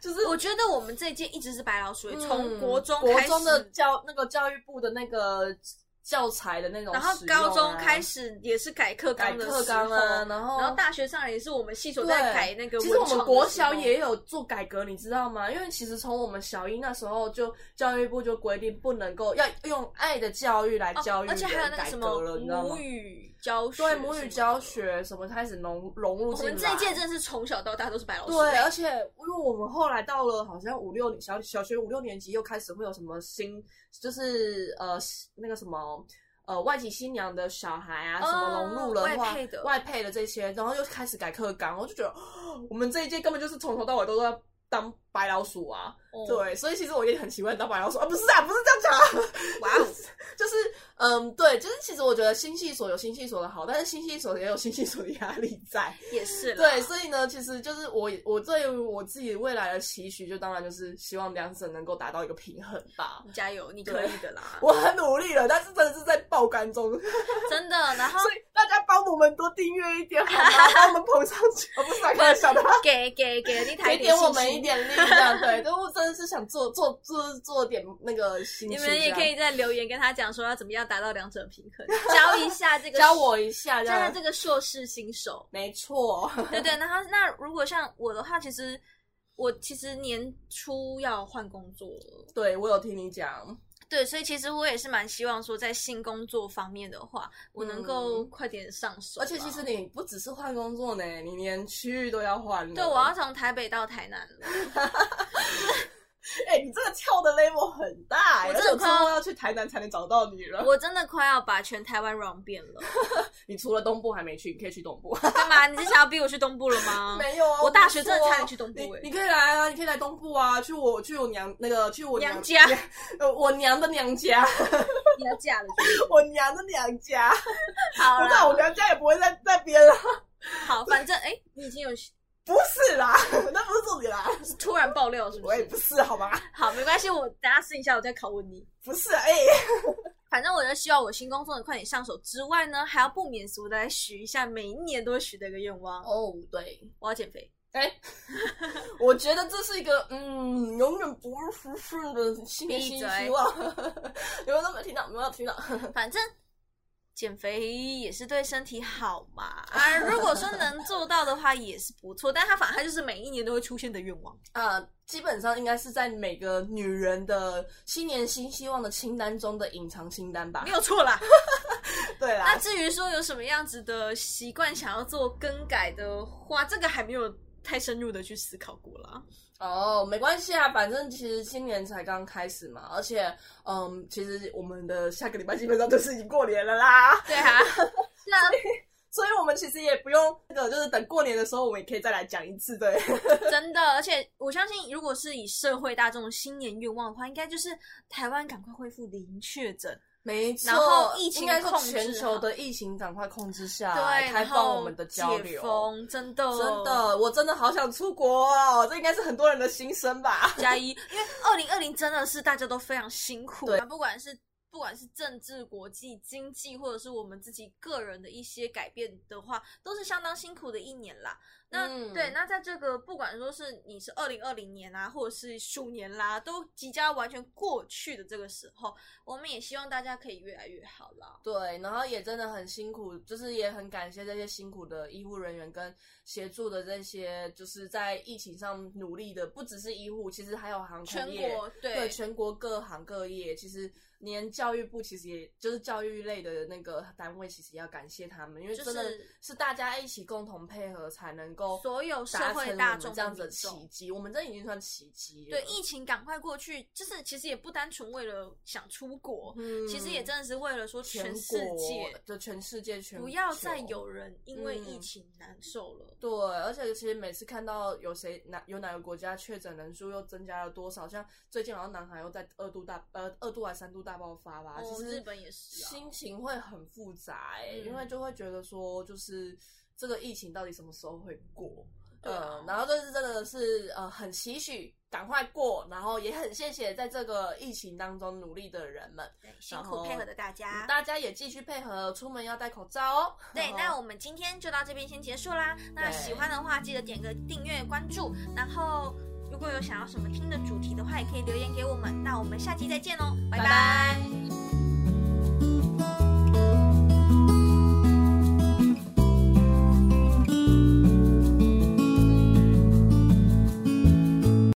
就是我觉得我们这一届一直是白老鼠，从嗯国中国开始中的教那个教育部的那个教材的那种然后使用啊、高中开始也是改课改纲的时候课纲啊，，然后然后大学上也是我们系所对在改那个文其创的哦实时候。我们国小也有做改革，你知道吗？因为其实从我们小一那时候就教育部就规定不能够要用爱的教育来哦教育而人、且还有那个改什革了，么你知道母吗？语教学，对母语教。学什么开始融融入我进来，们这一届真的是从小到大都是白老鼠。欸对，而且因为我们后来到了好像五六小小学五六年级，又开始会有什么新，就是呃那个什么。呃，外籍新娘的小孩啊，哦什么融入了外话配的外配的这些，然后又开始改课纲，我就觉得哦我们这一届根本就是从头到尾都在当白老鼠啊。哦，对，所以其实我也很喜欢当白老鼠啊，不是啊，不是这样讲、啊， [LAUGHS] 哇哦，就是嗯，对，就是其实我觉得新系所有新系所的好，但是新系所也有新系所的压力在。也是啦对，所以呢，其实就是我我对于我自己未来的期许，就当然就是希望两者能够达到一个平衡吧。你加油，你可以的 [LAUGHS] 啦，我很努力了，但是真的是在爆肝中，所真的。然后以大家帮我们多订阅一点好吗？帮我们捧上 [LAUGHS] 去，我不是来开玩笑的。给给给你台 [LAUGHS] 给点我信们心一点力，这样对，但我真的是想做做做做点那个兴你趣这样，们也可以在留言跟他讲说要怎么样达到两者平衡，教一下这个教我一下，这教一下样。这个硕士新手没错，对对，然后那如果像我的话，其实我其实年初要换工作了，对我有听你讲，对，所以其实我也是蛮希望说在新工作方面的话，我能够快点上手啦。嗯而且其实你不只是换工作呢，你连区域都要换了。对我要从台北到台南了，哎、你这个跳的 level 很大、欸，我而真的且我之快要后要去台南才能找到你 [LAUGHS] 了。我真的快要把全台湾 run 遍了。你除了东部还没去，你可以去东部。干嘛？你是想要逼我去东部了吗？ [LAUGHS] 没有啊，啊我大不是学真的说差点去东部欸你你可以来啊，你可以来东部啊，去我去我娘那个去我娘家，呃，我娘的娘家， [LAUGHS] 你要嫁了？我娘的娘家。 [LAUGHS] 好不知道啦我，娘家也不会在那边了，好，反正哎，你已经有不是啦， [LAUGHS] 那不是重点啦，是突然爆料是不我也是？不是，好吧，好，没关系，我等下私底下我再拷问你。不是，哎、反正我就希望我新工作能快点上手之外呢，还要不免俗的来许一下每一年都会许的一个愿望，哦，对。我要减肥。哎、我觉得这是一个嗯，永远不会实现的新年新闭嘴希望。 [LAUGHS] 有没有那么听到？有没有听到？ [LAUGHS] 反正减肥也是对身体好 [LAUGHS] 嘛，啊，如果说能做到的话也是不错，但它反正它就是每一年都会出现的愿望。啊，基本上应该是在每个女人的新年新希望的清单中的隐藏清单吧没。有错啦。对啊那啦，至于说有什么样子的习惯想要做更改的话，这个还没有太深入的去思考过啦。哦，没关系啊，反正其实新年才刚开始嘛，而且嗯，其实我们的下个礼拜基本上就是已经过年了啦， [LAUGHS] 对啊，是啊，所以我们其实也不用那个，就是等过年的时候，我们也可以再来讲一次，对。真的，而且我相信，如果是以社会大众的新年愿望的话，应该就是台湾赶快恢复零确诊，没错，然后疫情应该说控制全球好的疫情赶快控制下来，对，开然放我后们的交解流。封，真的，真。的，我真的好想出国哦！这应该是很多人的心声吧？加一，因为二零二零真的是大家都非常辛苦，啊对不管是不管是政治、国际、经济，或者是我们自己个人的一些改变的话，都是相当辛苦的一年啦。那、嗯对，那在这个不管说是你是二零二零年啊，或者是鼠年啦，都即将完全过去的这个时候，我们也希望大家可以越来越好啦。对，然后也真的很辛苦，就是也很感谢这些辛苦的医护人员跟协助的这些，就是在疫情上努力的，不只是医护，其实还有航全空业，国对对全国各行各业，其实连教育部其实也就是教育类的那个单位，其实也要感谢他们，因为就真的是是大家一起共同配合才能够所有社达会成大我们众这样的子的民众奇迹，我们这已经算奇迹了。对疫情赶快过去，就是其实也不单纯为了想出国，嗯其实也真的是为了说全世界国就全世界全不要球再有人因为疫嗯情难受了。对，而且其实每次看到有谁哪有哪个国家确诊人数又增加了多少，像最近好像南韩又在二度大呃二度还三度大爆发吧，哦其实日本也是啊心情会很复杂、欸，嗯因为就会觉得说就是这个疫情到底什么时候会过？对啊呃，然后这是真的是呃很期许赶快过，然后也很谢谢在这个疫情当中努力的人们，对，辛苦配合的大家。大家也继续配合，出门要戴口罩哦。嗯对，然那后我们今天就到这边先结束啦。那对喜欢的话，记得点个订阅、关注，然后如果有想要什么听的主题的话，也可以留言给我们。那我们下期再见喽，拜拜拜拜